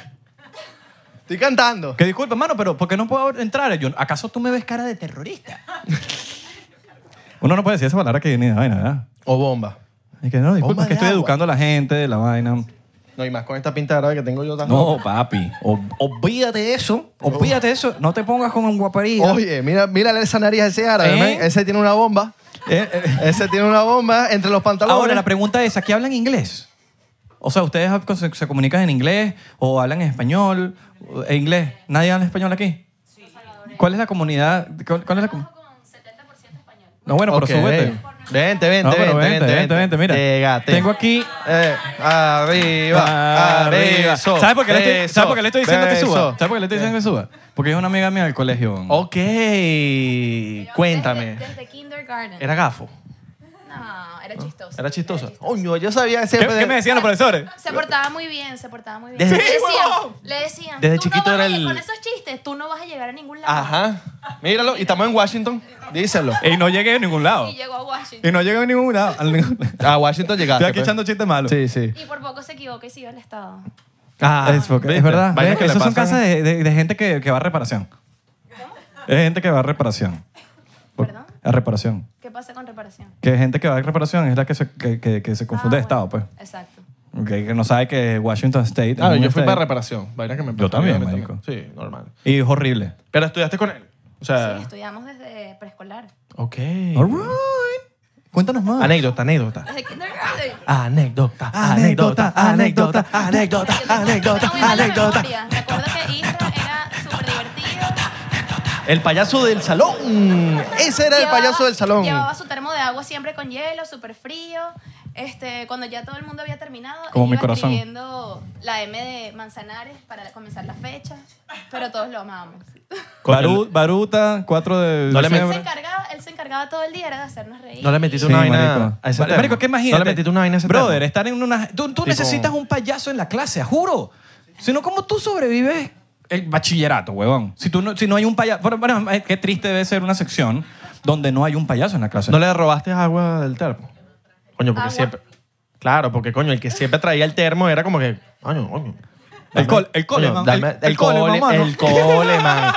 B: Estoy cantando.
A: Que disculpa, hermano, pero ¿por qué no puedo entrar? Yo, ¿Acaso tú me ves cara de terrorista? Uno no puede decir esa palabra que viene de vaina, ¿verdad?
B: O bomba.
A: Es que no, disculpa,
B: Bomba
A: es que
B: de
A: estoy
B: agua.
A: educando a la gente de la vaina.
B: No, y más con esta pinta grave que tengo yo. también.
A: No, papi, ob- olvídate de eso, olvídate de eso, no te pongas como un guapería.
B: Oh. Oye, mira, mírale esa nariz a ese árabe,
A: ¿Eh?
B: man. Ese tiene una bomba.
A: Eh, eh,
B: Ese tiene una bomba entre los pantalones.
A: Ahora, la pregunta es, ¿aquí hablan inglés? O sea, ¿ustedes se, se comunican en inglés o hablan en español? o- ¿En inglés? ¿Nadie habla español aquí? ¿Cuál es la comunidad? ¿Cuál, cuál es la com-
D: con 70% español.
A: No, bueno,
B: Ok.
A: pero súbete.
B: Vente, vente,
A: No, pero
B: vente,
A: vente, vente, vente, mira.
B: Llegate.
A: Tengo aquí-
B: Eh, arriba, arriba. eso,
A: ¿Sabes por qué le estoy,
B: eso,
A: ¿sabes por qué le estoy diciendo que
B: eso.
A: suba? ¿Sabes por qué le estoy diciendo que suba? Porque es una amiga mía del colegio.
B: Ok, cuéntame.
D: Desde, desde kindergarten.
B: Era gafo.
D: No, era chistoso.
B: Era chistosa. Coño, yo sabía
A: ¿Qué,
B: siempre.
A: qué me decían los profesores?
D: Se portaba muy bien, se portaba muy bien.
B: Desde-
D: le,
B: ¡Sí,
D: decían,
B: huevón!
D: le decían,
B: Desde
D: "Tú no
B: chiquito
D: vas
B: era
D: a-
B: el-
D: Con esos chistes, tú no vas a llegar a ningún lado.
B: Ajá. Míralo, y estamos en Washington. Díselo.
A: Y no llegué a ningún lado.
D: Y llegó a Washington.
A: Y no llegué a ningún lado. a ningún-
B: A Washington llegaste.
A: Estoy aquí
B: pues.
A: echando chistes malos.
B: Sí, sí.
D: Y por poco se equivoca y siguió el estado.
B: Ah,
A: es, porque- es
B: ¿viste?
A: verdad.
B: Vainas
A: Ves,
B: que le
A: Esas son
B: pasan.
A: casas de, de- de gente que, que va a reparación. Es gente que va a reparación. Por-
D: ¿Perdón?
A: A reparación.
D: ¿Qué pasa con reparación?
A: Que gente que va a reparación es la que se, que, que- que se confunde
D: Ah,
A: de estado, pues.
D: bueno, Exacto.
A: Que, que no sabe que Washington State. es
B: Claro,
A: un
B: yo fui
A: state.
B: para reparación. Vaina que me pasó.
A: también,
B: Vaina
A: marico.
B: Sí, normal.
A: Y es horrible.
B: Pero estudiaste con él. O sea.
D: Sí, estudiamos desde preescolar.
B: ok.
A: All right. Cuéntanos más.
B: Anécdota, anécdota.
D: Desde kindergarten.
B: Anécdota,
A: anécdota, anécdota,
B: anécdota,
D: Tengo muy mala memoria. Recuerdo que Isra era súper divertido.
B: El payaso del salón. Ese era el
D: Llevaba-
B: payaso del salón.
D: Llevaba su termo de agua siempre con hielo, súper frío. Este, cuando ya todo el mundo había terminado,
A: Como
D: él
A: mi
D: iba
A: corazón.
D: escribiendo la M de Manzanares para comenzar la fecha, pero todos lo amábamos.
A: Baru- Baruta, 4 de
B: No le
D: Él se,
A: diciembre.
D: encargaba, él se encargaba todo el día era de hacernos reír.
B: No le metiste
A: Sí,
B: una vaina
A: marico.
B: a ese
A: Vale,
B: termo.
A: marico, ¿qué imagínate?
B: No le metiste una vaina a ese
A: Brother,
B: termo.
A: estar en una... Tú, tú
B: Tipo-
A: necesitas un payaso en la clase, juro. Si no, ¿cómo tú sobrevives el bachillerato, huevón? Si, tú no, si no hay un payaso... Bueno, bueno, eh, qué triste debe ser una sección donde no hay un payaso en la clase.
B: No le robaste agua del termo. Coño, porque
D: Agua.
B: siempre. Claro, porque coño, el que siempre traía el termo era como que. Coño, coño.
A: El
B: Dame-
A: col- el
B: coño,
A: coleman,
B: dame-
A: el-
B: El,
A: el coleman,
B: cole,
A: mano.
B: el coleman.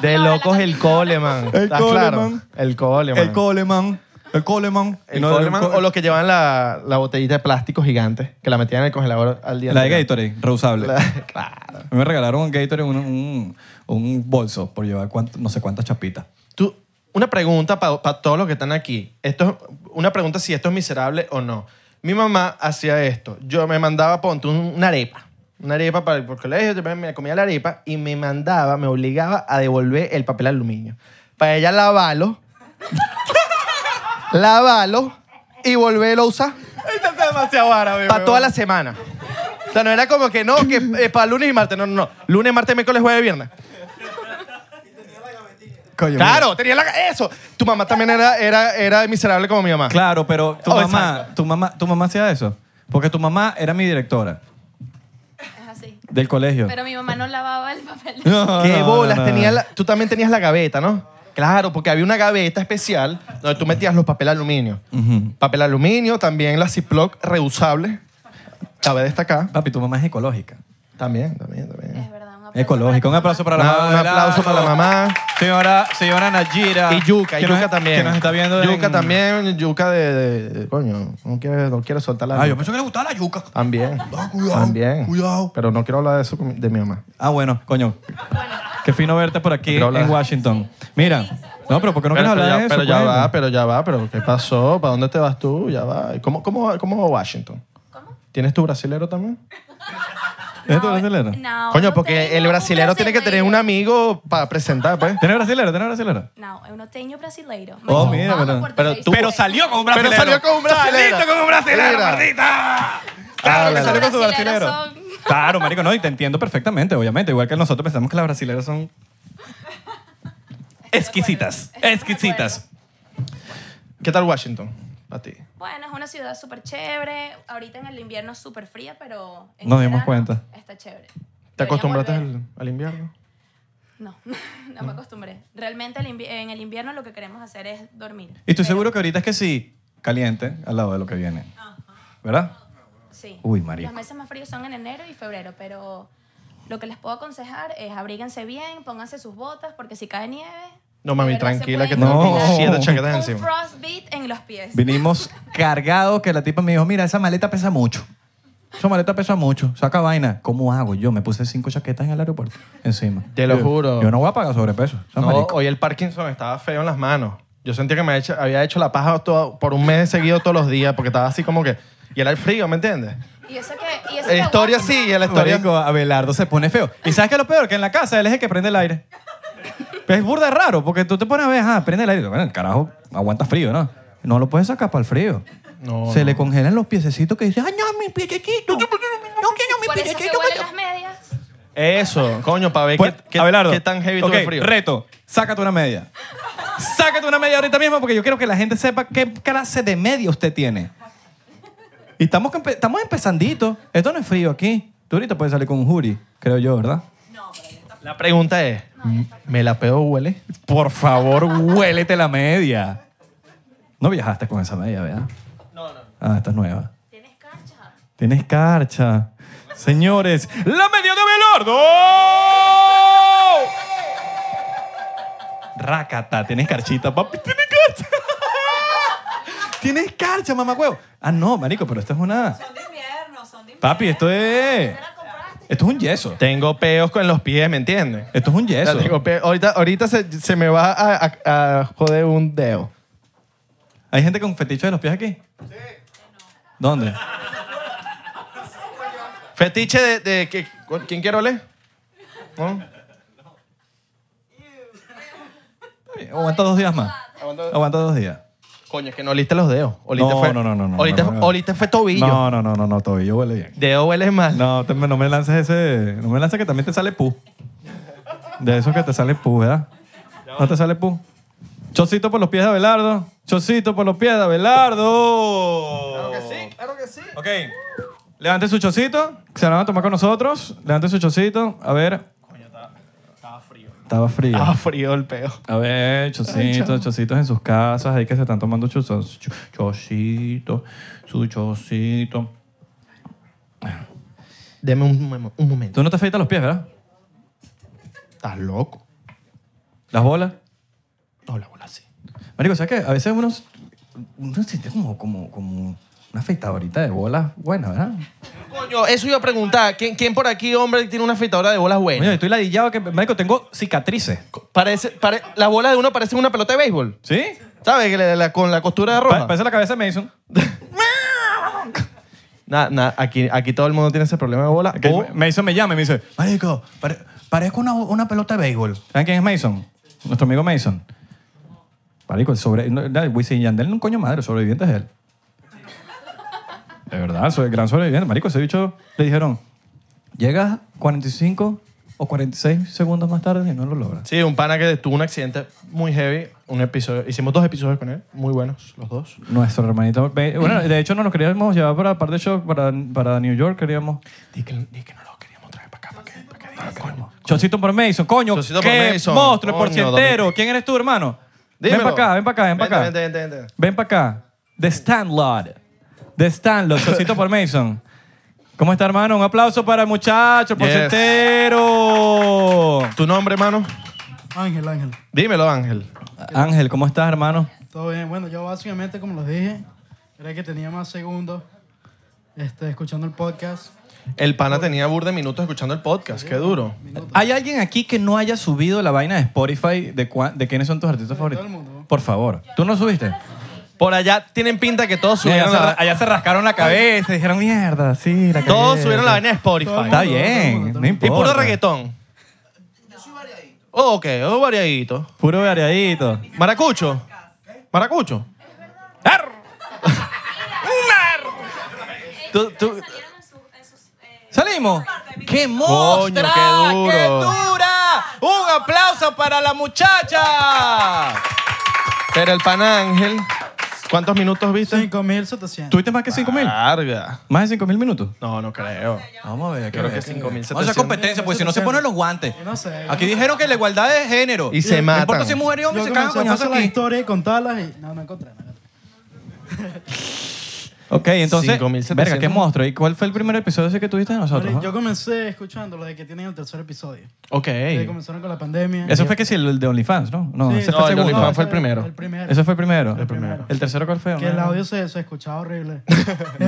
B: De locos el coleman.
A: El
B: ¿Estás claro?
A: coleman.
B: El coleman.
A: el Coleman. El Coleman.
B: El
A: No,
B: Coleman
A: co-
B: o los que llevan la, la botellita de plástico gigante que la metían en el congelador al día
A: La de
B: anterior.
A: Gatorade, reusable.
B: La- claro.
A: A mí me regalaron un Gatorade, un, un, un bolso por llevar cuant- no sé cuántas chapitas.
B: Tú, una pregunta para todos los que están aquí. Esto es una pregunta si esto es miserable o no. Mi mamá hacía esto. Yo me mandaba, ponte un- una arepa. Una arepa para el por el colegio, yo me- me comía la arepa y me mandaba, me obligaba a devolver el papel aluminio. Para ella lavarlo, lavarlo y volverlo a usar.
A: Está demasiado árabe,
B: para toda la semana. O sea, no era como que no, que para lunes y martes. No, no, no. Lunes, martes, miércoles, jueves, viernes. Claro, tenía la... Eso. Tu mamá también era, era, era miserable como mi mamá.
A: Claro, pero tu
B: Oh,
A: mamá,
B: exacto.
A: tu mamá, tu mamá hacía eso. Porque tu mamá era mi directora
D: Es así.
A: del colegio.
D: Pero mi mamá no lavaba el papel.
A: No,
B: Qué
A: no,
B: bolas.
A: no, no.
B: tenía la- Tú también tenías la gaveta, ¿no? Claro, porque había una gaveta especial donde tú metías los papel aluminio. Papel aluminio, también la Ziploc reusable. Cabe destacar.
A: Papi, tu mamá es ecológica.
B: También, también, también.
D: Es verdad, un aplauso.
A: Ecológica. Un
D: para
A: aplauso
D: tu
A: para la
D: mamá.
B: Una-
A: mamá.
B: un
A: de Lalo.
B: aplauso para la mamá.
A: Señora, señora Nayira.
B: Y Yuka, y
A: Ah, que nos-
B: Yuka también.
A: Que nos está viendo en-
B: Yuka también, Yuka de, de- de- Coño, no quiero, no quiero soltar la.
A: Ah, yo
B: yuca.
A: pensé que le gustaba la yuca.
B: También.
A: Ah, cuidado,
B: También.
A: cuidado.
B: Pero no quiero hablar de eso con mi- de mi mamá.
A: Ah, bueno, coño. Qué fino verte por aquí
B: Pero habla-
A: en Washington. Mira. No, pero ¿por qué no quieres hablar
B: ya,
A: de eso?
B: pero ya
A: pues?
B: va, pero ya va, pero ¿qué pasó? ¿Para dónde te vas tú? Ya va. ¿Cómo, cómo, va- cómo va Washington?
D: ¿Cómo?
B: ¿Tienes tu brasilero también?
A: ¿Esto es brasilero?
D: No,
B: Coño,
D: uno
B: porque
D: Ah, tengo
B: el
D: un
B: brasilero tiene que tener un
D: brasileiro.
B: amigo para presentar, pues.
A: ¿Tienes brasilero? ¿Tienes brasilero?
D: No, es un norteño brasileiro.
A: Oh,
D: Vamos
A: mira,
D: por
A: pero-
D: tu
B: pero
D: Facebook.
B: tú-
A: Pero salió con un brasilero.
B: Pero salió con un brasilero.
A: Saliste con un brasilero,
B: Mira.
A: maldita.
B: Ah,
A: Claro que
B: la-
A: salió con su
D: Los
A: brasilero.
D: brasileros
A: Claro, marico, no, y te entiendo perfectamente, obviamente. Igual que nosotros pensamos que las brasileras son exquisitas,
D: Estoy de acuerdo.
A: exquisitas.
B: ¿Qué tal Washington? Para ti.
D: Bueno, es una ciudad súper chévere. Ahorita en el invierno es súper fría, pero. en
A: Nos dimos
D: verano
A: cuenta.
D: Está chévere.
B: ¿Te
D: Deberías
B: acostumbraste
D: volver.
B: al, al invierno?
D: No, no me acostumbré. Realmente el invi- en el invierno lo que queremos hacer es dormir.
A: Y estoy
D: Pero-
A: seguro que ahorita es que sí, caliente al lado de lo que viene. ¿Verdad?
D: Sí.
A: Uy, marico.
D: Los meses más fríos son en enero y febrero, pero lo que les puedo aconsejar es abríguense bien, pónganse sus botas, porque si cae nieve.
B: No,
D: de
B: mami,
D: verdad se
B: tranquila, que
D: pueden
A: No.
B: tengo
D: congelar.
B: como siete chaquetas
D: Un
B: encima.
D: frostbite en los pies.
A: Vinimos cargados que la tipa me dijo, mira, esa maleta pesa mucho. Esa maleta pesa mucho, saca vaina. ¿Cómo hago? Yo me puse cinco chaquetas en el aeropuerto encima.
B: Te lo
A: Yo-
B: juro.
A: Yo no voy a pagar sobrepeso. esa
B: No,
A: marico.
B: hoy el Parkinson estaba feo en las manos. Yo sentía que me hecho- había hecho la paja todo- por un mes seguido todos los días porque estaba así como que... Y era el frío, ¿me entiendes?
D: Y eso que. Y eso
B: La
D: que
B: historia
D: Washington-
B: sí, y la historia...
A: Marico, Abelardo se pone feo. ¿Y sabes qué es lo peor? Que en la casa él es el que prende el aire. Es burda raro, porque tú te pones a ver, ah, prende el aire. Bueno, el carajo aguanta frío, ¿no? No lo puedes sacar para el frío.
B: No,
A: se
B: no.
A: le congelan los piececitos que dice, ay, no, mi piececito. No quiero mi
D: Por eso que
A: piececito.
D: huelen las medias.
B: Eso, coño, para ver
A: Pues,
B: qué, qué-
A: Abelardo,
B: qué tan heavy tuvo
A: ok,
B: el frío.
A: reto, sácate una media. Sácate una media ahorita mismo porque yo quiero que la gente sepa qué clase de media usted tiene. Y estamos, que empe- estamos empezandito. Esto no es frío aquí. Tú ahorita puedes salir con un jury, creo yo, ¿verdad?
B: La pregunta es, ¿me la peo huele?
A: Por favor, huélete la media. No viajaste con esa media, ¿verdad? No, no. Ah, esta es nueva.
D: Tienes cancha.
A: Tienes carcha. Señores, la media de Abelardo. Rácata, tienes carchita, papi, tienes carcha. Tienes carcha, mamá huevo. Ah, no, marico, pero esto es una.
C: Son de invierno, son de invierno.
A: Papi, esto es. Esto es un yeso.
B: Tengo peos con los pies, ¿me entiendes?
A: Esto es un yeso.
B: La tengo pe- Ahorita, ahorita se, se me va a, a- a joder un dedo.
A: ¿Hay gente con fetiche de los pies aquí? Sí. ¿Dónde?
B: Fetiche de... de que- ¿Quién quiere oler? ¿No?
A: Aguanta dos días más. Aguanta dos días.
B: Coño, es que no oliste los dedos. Oliste
A: No,
B: fue,
A: no, no, no, no,
B: Oliste,
A: no, no.
B: oliste fue tobillo.
A: No, no, no, no, no, tobillo huele bien.
B: Dedo huele mal.
A: No, te- no me lances ese. No me lances que también te sale pu. De esos que te sale pu, ¿verdad? No te sale pu. Chocito por los pies de Abelardo. Chocito por los pies de Abelardo. Claro que sí, claro que sí. Ok. Levante su chocito. Se lo van a tomar con nosotros. Levante su chocito. A ver. estaba frío.
B: Estaba frío el peo.
A: A ver, chocitos, chocitos en sus casas, ahí que se están tomando chuzos- chu- chocito, su chocito.
B: Deme un, mom- un momento.
A: Tú no te afeitas los pies, ¿verdad?
B: Estás loco.
A: Las bolas.
B: No, la bola sí.
A: Marico, ¿sabes qué? A veces uno, uno siente como, como, como una afeitadorita de bolas buena, ¿verdad?
B: Coño, eso iba a preguntar. ¿Quién, quién por aquí, hombre, tiene una afeitadora de bolas
A: Coño, yo
B: buenas?
A: estoy ladillado que, marico, tengo cicatrices.
B: Parece, pare- la bola de uno parece una pelota de béisbol.
A: ¿Sí?
B: ¿Sabes? Que le- la- con la costura de
A: Pa-
B: roja.
A: Parece la cabeza de Mason.
B: Nada, nada, aquí, aquí todo el mundo tiene ese problema de bola.
A: Que
B: O-
A: Mason me llama y me dice, marico, pare- parezco una, una pelota de béisbol. ¿Saben quién es Mason? Nuestro amigo Mason. Marico, el sobre... no, no, Wisin y Yandel un coño madre, el sobreviviente es él. De verdad, soy el gran sobreviviente. Marico, ese bicho le dijeron, llegas 45 o 46 segundos más tarde y no lo logras.
B: Sí, un pana que tuvo un accidente muy heavy. Un episodio. Hicimos dos episodios con él. Muy buenos, los dos.
A: Nuestro hermanito... Be- Bueno, de hecho nos lo queríamos llevar para parte de shock, para, para New York, queríamos...
B: Dí que, di que no los queríamos traer para acá. Para que, para que digan, coño.
A: Chocito por Mason, coño,
B: Chocito por
A: qué
B: Mason,
A: monstruo, el
B: coño,
A: porcientero. ¿Quién eres tú, hermano?
B: Dímelo.
A: Ven para acá, ven para acá, ven para acá.
B: Vente, vente, vente, vente.
A: Ven para acá. The Stanlord. The Stanlord, Chocito por Mason. ¿Cómo está, hermano? Un aplauso para el muchacho, porcientero.
B: ¿Tu nombre, hermano?
E: Ángel, Ángel.
B: Dímelo, Ángel.
A: Ángel, ¿cómo estás, hermano?
E: Todo bien. Bueno, yo básicamente, como les dije, creía que tenía más segundos este, escuchando el podcast.
B: El pana tenía burda de minutos escuchando el podcast. Qué duro.
A: ¿Hay alguien aquí que no haya subido la vaina de Spotify de, cua- de quiénes son tus artistas
E: todo el
A: favoritos?
E: mundo.
A: Por favor. ¿Tú no subiste?
B: Por allá tienen pinta que todos
A: Y allá,
B: subieron
A: se, ra-
B: la,
A: allá se rascaron la cabeza y dijeron, mierda, sí, la
B: todos
A: cagué".
B: subieron la vaina de Spotify.
A: Está
E: Todo el mundo, todo el mundo,
A: bien,
E: todo
A: no
E: el
B: Y
A: importa.
B: puro reggaetón. Oh, ok, oh, variadito.
A: Puro variadito.
B: Maracucho. Maracucho.
A: ¡Arr!
B: Tú- tú-
A: ¡Salimos! ¡Qué
B: mostra! ¡Qué
A: dura! ¡Un aplauso para la muchacha!
B: Pero el pan Ángel, ¿cuántos minutos viste?
E: 5.700.
A: ¿Tuviste más que 5 mil?
B: Larga.
A: ¿Más de 5 mil minutos?
B: No, no creo.
A: Vamos a ver.
B: Creo que 5.700.
A: No sea competencia, porque si no se ponen los guantes.
E: No sé.
A: Aquí dijeron que la igualdad de género.
B: Y se
A: No
B: matan.
A: importa si es mujer y hombre,
E: Yo
A: se cagan
E: comencé a
A: coñazos
E: pasar la
A: aquí.
E: historia y contarlas y... No, no encontré nada.
A: Ok, entonces,
B: 5.700.
A: verga, qué monstruo. ¿Y cuál fue el primer episodio ese que tuviste de nosotros?
E: Yo comencé escuchando lo de que tienen el tercer episodio.
B: Ok.
E: Que comenzaron con la pandemia.
A: Eso fue que sí, el de OnlyFans, ¿no? No,
E: Sí,
A: ese
B: no,
A: fue el
B: el
A: segundo.
B: OnlyFans fue el primero.
E: El primero.
A: Ese fue el primero.
E: El primero.
A: ¿El tercero cuál fue?
E: Que el audio se, se escuchaba horrible.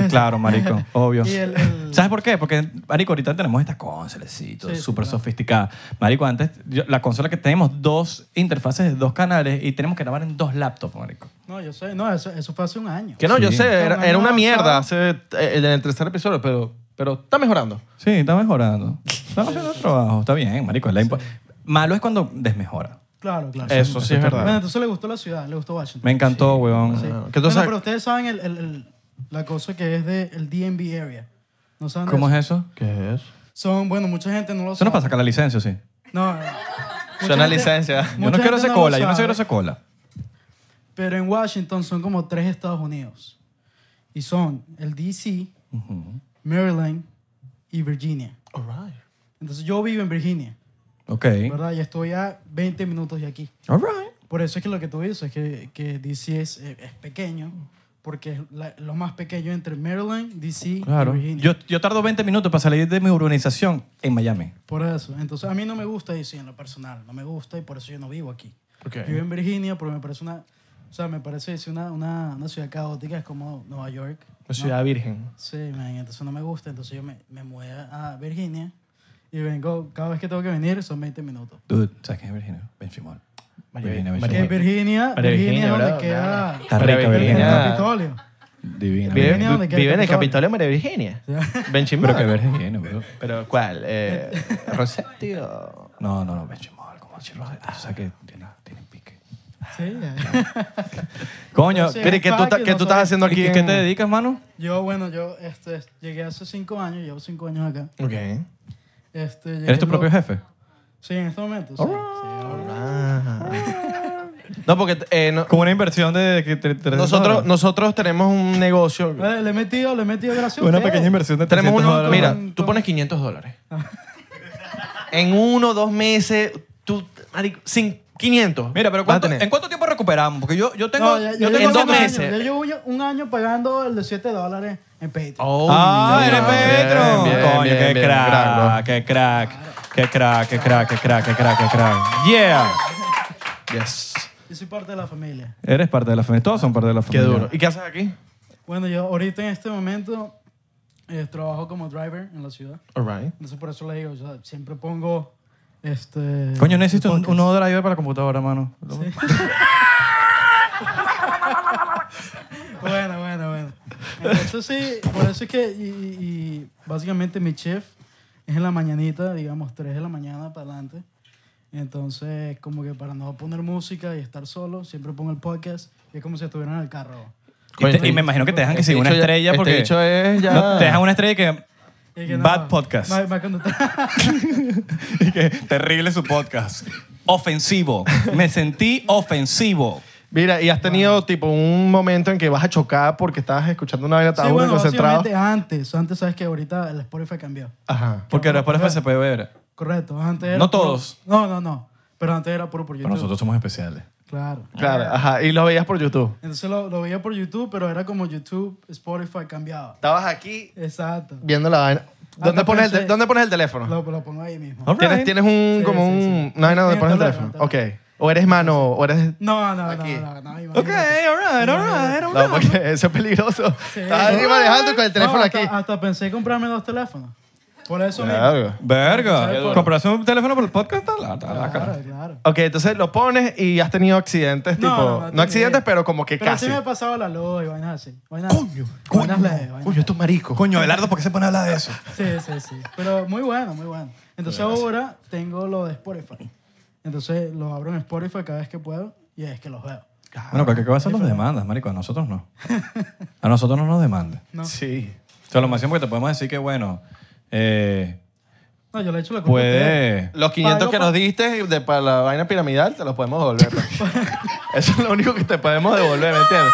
A: Claro, marico, obvio.
E: Y el- el-
A: ¿Sabes por qué? Porque, marico, ahorita tenemos esta consola, sí,
E: Sí, sí,
A: súper
E: claro.
A: sofisticada. Marico, antes, yo- la consola que tenemos, dos interfaces de dos canales y tenemos que grabar en dos laptops, marico.
E: No, yo sé. No, eso, eso fue hace un año.
B: Que no, yo
A: Sí.
B: sé, era, era una
E: No,
B: mierda
E: no.
B: hace, eh, en el tercer episodio, pero, pero está mejorando.
A: Sí, está mejorando. Está haciendo el trabajo, está bien, marico. La impo- Malo es cuando desmejora.
E: Claro, claro.
B: Eso sí es
E: Bueno,
B: verdad.
E: entonces le gustó la ciudad, le gustó Washington.
A: Me encantó, weón.
E: Sí.
B: Que tú
E: Bueno,
B: sabes-
E: pero ustedes saben el- el- el- la cosa que es del DMV area. ¿No saben de
A: ¿Cómo
E: eso?
A: es eso?
B: ¿Qué es?
E: Son, bueno, mucha gente no lo
A: Eso
E: sabe.
A: no pasa sacar la licencia, sí.
E: No, no. Mucha
B: Suena
E: gente-
B: licencia. Yo
A: Yo no
E: mucha
A: quiero esa
E: gente lo
A: cola, yo no
E: sabe,
A: quiero esa cola.
E: Pero en Washington son como tres Estados Unidos. Y son el DC, Maryland y Virginia. Entonces yo vivo en Virginia,
A: Ok.
E: ¿verdad? Y estoy a 20 minutos de aquí.
A: All right.
E: Por eso es que lo que tú dices es que, que DC es, eh, es pequeño, porque es la- lo más pequeño entre Maryland, DC
A: Claro.
E: y Virginia.
A: Yo, yo tardo 20 minutos para salir de mi urbanización en Miami.
E: Por eso. Entonces, a mí no me gusta DC en lo personal. No me gusta y por eso yo no vivo aquí.
B: Ok.
E: Yo vivo en Virginia porque me parece una... O sea, me parece DC una, una, una ciudad caótica. Es como Nueva York.
B: La ciudad virgen.
E: Sí, man, entonces no me gusta. Entonces yo me, me mudé a Virginia y vengo... Cada vez que tengo que venir son 20 minutos.
A: Dude, ¿sabes quién es Virginia? Benji Moore.
B: María-
A: Virginia,
B: María-
E: Que
A: Benji Moore.
E: Virginia,
B: Para
E: Virginia,
B: Virginia,
E: es donde
B: ¿verdad?
E: queda...
A: Está
B: Para
A: rica
E: el
A: Virginia.
E: Capitolio.
A: Divina.
B: Vive,
A: Virginia.
E: Virginia, donde queda
B: vive en el Capitolio
E: Capitolio.
B: de María Virginia. Benchimol.
A: Pero que Virginia, bro.
B: ¿Pero cuál? Eh, Rosetti o-
A: No, no, no, Benji Moore. Como si ah, O sea que tiene, tiene pique.
E: Sí, ya.
A: Coño,
E: Sí,
B: Cri, ¿Qué tú,
E: fuck
B: ta-
E: you,
B: qué
E: no
B: tú estás
E: sabía.
B: haciendo aquí?
A: ¿Y qué
B: en-
A: te dedicas, mano?
E: Yo, bueno, yo este, llegué hace cinco años. Llevo cinco años acá.
B: Ok.
E: Este, llegué
A: ¿Eres tu
E: luego-
A: propio jefe?
E: Sí, en este momento. sí. Sí, ahora.
B: Ah. No, porque eh, no-
A: Como una inversión de... que te- te-
B: nosotros, nosotros tenemos un negocio.
E: Vale, Le he metido, le he metido gracias. a
A: Una
E: ustedes.
A: pequeña inversión de
B: Tenemos
A: 300
B: uno.
A: dólares. Ah.
B: Mira,
E: con-
B: tú pones 500 dólares. En uno, dos meses, tú, marico, sin 500.
A: Mira, pero
B: vas a
A: ¿cuánto-
B: tener.
A: ¿en cuánto tiempo recuperamos? Porque yo, yo tengo...
E: No, ya- ya
A: yo
E: llevo
A: tengo
B: en dos
E: un
A: haciendo-
E: año,
B: meses.
E: Ya llevo ya un año pagando el de 7 dólares en Patreon.
B: Oh,
A: ah,
B: bien,
A: eres
B: bien,
A: Petro.
B: bien,
A: Coño,
B: bien,
A: qué,
B: bien,
A: crack,
B: bravo.
A: qué crack, qué crack, qué crack, qué crack, qué crack, qué crack. Yeah.
B: Yes.
E: Yo soy parte de la familia.
A: Eres parte de la familia. Todos son parte de la
B: Qué
A: familia.
B: duro. ¿Y qué haces aquí?
E: Bueno, yo ahorita en este momento eh, trabajo como driver en la ciudad.
B: All right.
E: Entonces por eso le digo, o sea, siempre pongo este...
A: Coño, necesito un, un nuevo driver para la computadora, mano.
E: Bueno, bueno, bueno. Entonces sí, por eso es que... Y, y- y básicamente mi chef es en la mañanita, digamos 3 de la mañana para adelante. Entonces, como que para no poner música y estar solo, siempre pongo el podcast. Y es como si estuviera en el carro.
A: Y, te- y me imagino que te dejan que siga una
B: Este bicho ya-
A: estrella
B: este
A: porque...
B: bicho es ya-
A: No, te dejan una estrella que...
E: Y que no,
A: Bad podcast.
E: va- va a conducir.
A: y que terrible su podcast. Ofensivo. Me sentí ofensivo.
B: Mira, y has tenido tipo un momento en que vas a chocar porque estabas escuchando una vaina tan
E: Sí, bueno,
B: concentrado.
E: básicamente antes. Antes sabes que ahorita el Spotify cambió.
B: Ajá.
A: Porque después de se puede ver.
E: Correcto. Antes era
A: No
E: puro-
A: todos.
E: No, no, no. Pero antes era puro por YouTube.
A: Pero nosotros somos especiales.
E: Claro.
B: Claro, ajá. Y lo veías por YouTube.
E: Entonces lo, lo veía por YouTube, pero era como YouTube, Spotify cambiado.
B: Estabas aquí
E: Exacto.
B: viendo la vaina. ¿Dónde,
E: Ah,
B: pones, el, te-
E: entonces-
B: ¿dónde pones el teléfono?
E: Lo, lo pongo ahí mismo.
A: All
B: ¿Tienes,
A: right.
B: tienes un,
E: Sí,
B: como
E: sí,
B: un...
E: sí.
B: No hay nada donde
E: En
B: pones el
E: el
B: teléfono.
E: teléfono,
B: Ok. O eres mano o eres...
E: No, no,
B: Aquí.
E: no, no, no, no,
A: Ok,
E: imagínate.
A: alright, alright,
B: No, porque eso es peligroso.
E: Sí.
B: Estás ahí manejando con el teléfono
E: No,
B: aquí.
E: Hasta, hasta pensé comprarme dos teléfonos. Por eso mismo.
B: Claro.
A: Verga. Comprarse un teléfono por el podcast está la, está
B: Ah,
A: la cara.
E: Claro, claro.
B: Ok, entonces lo pones y has tenido accidentes, tipo. No,
E: tenía
B: accidentes,
E: idea.
B: pero como que
E: pero
B: casi.
E: sí me ha pasado la luz y vainas así. Vainas,
B: Coño, coño,
E: vainas leves, vainas
B: coño, estos maricos.
A: Coño, Abelardo, ¿por qué se pone a hablar de eso?
E: Sí, sí, sí. Pero muy bueno, muy bueno. Entonces ahora tengo lo de Spotify. Entonces los abro en Spotify cada vez que puedo y es que los veo.
A: Bueno, cualquier cosa nos demandas, marico. A nosotros no. A nosotros no nos demandas.
E: No,
B: Sí.
A: O sea, lo máximo que te podemos decir que, bueno, eh,
E: no yo le he hecho la culpa. a ustedes.
A: puede...
B: Los 500
E: Pablo,
B: que
E: pa-
B: nos diste de- para la vaina piramidal te los podemos devolver. pues. Eso es lo único que te podemos devolver, ¿me entiendes?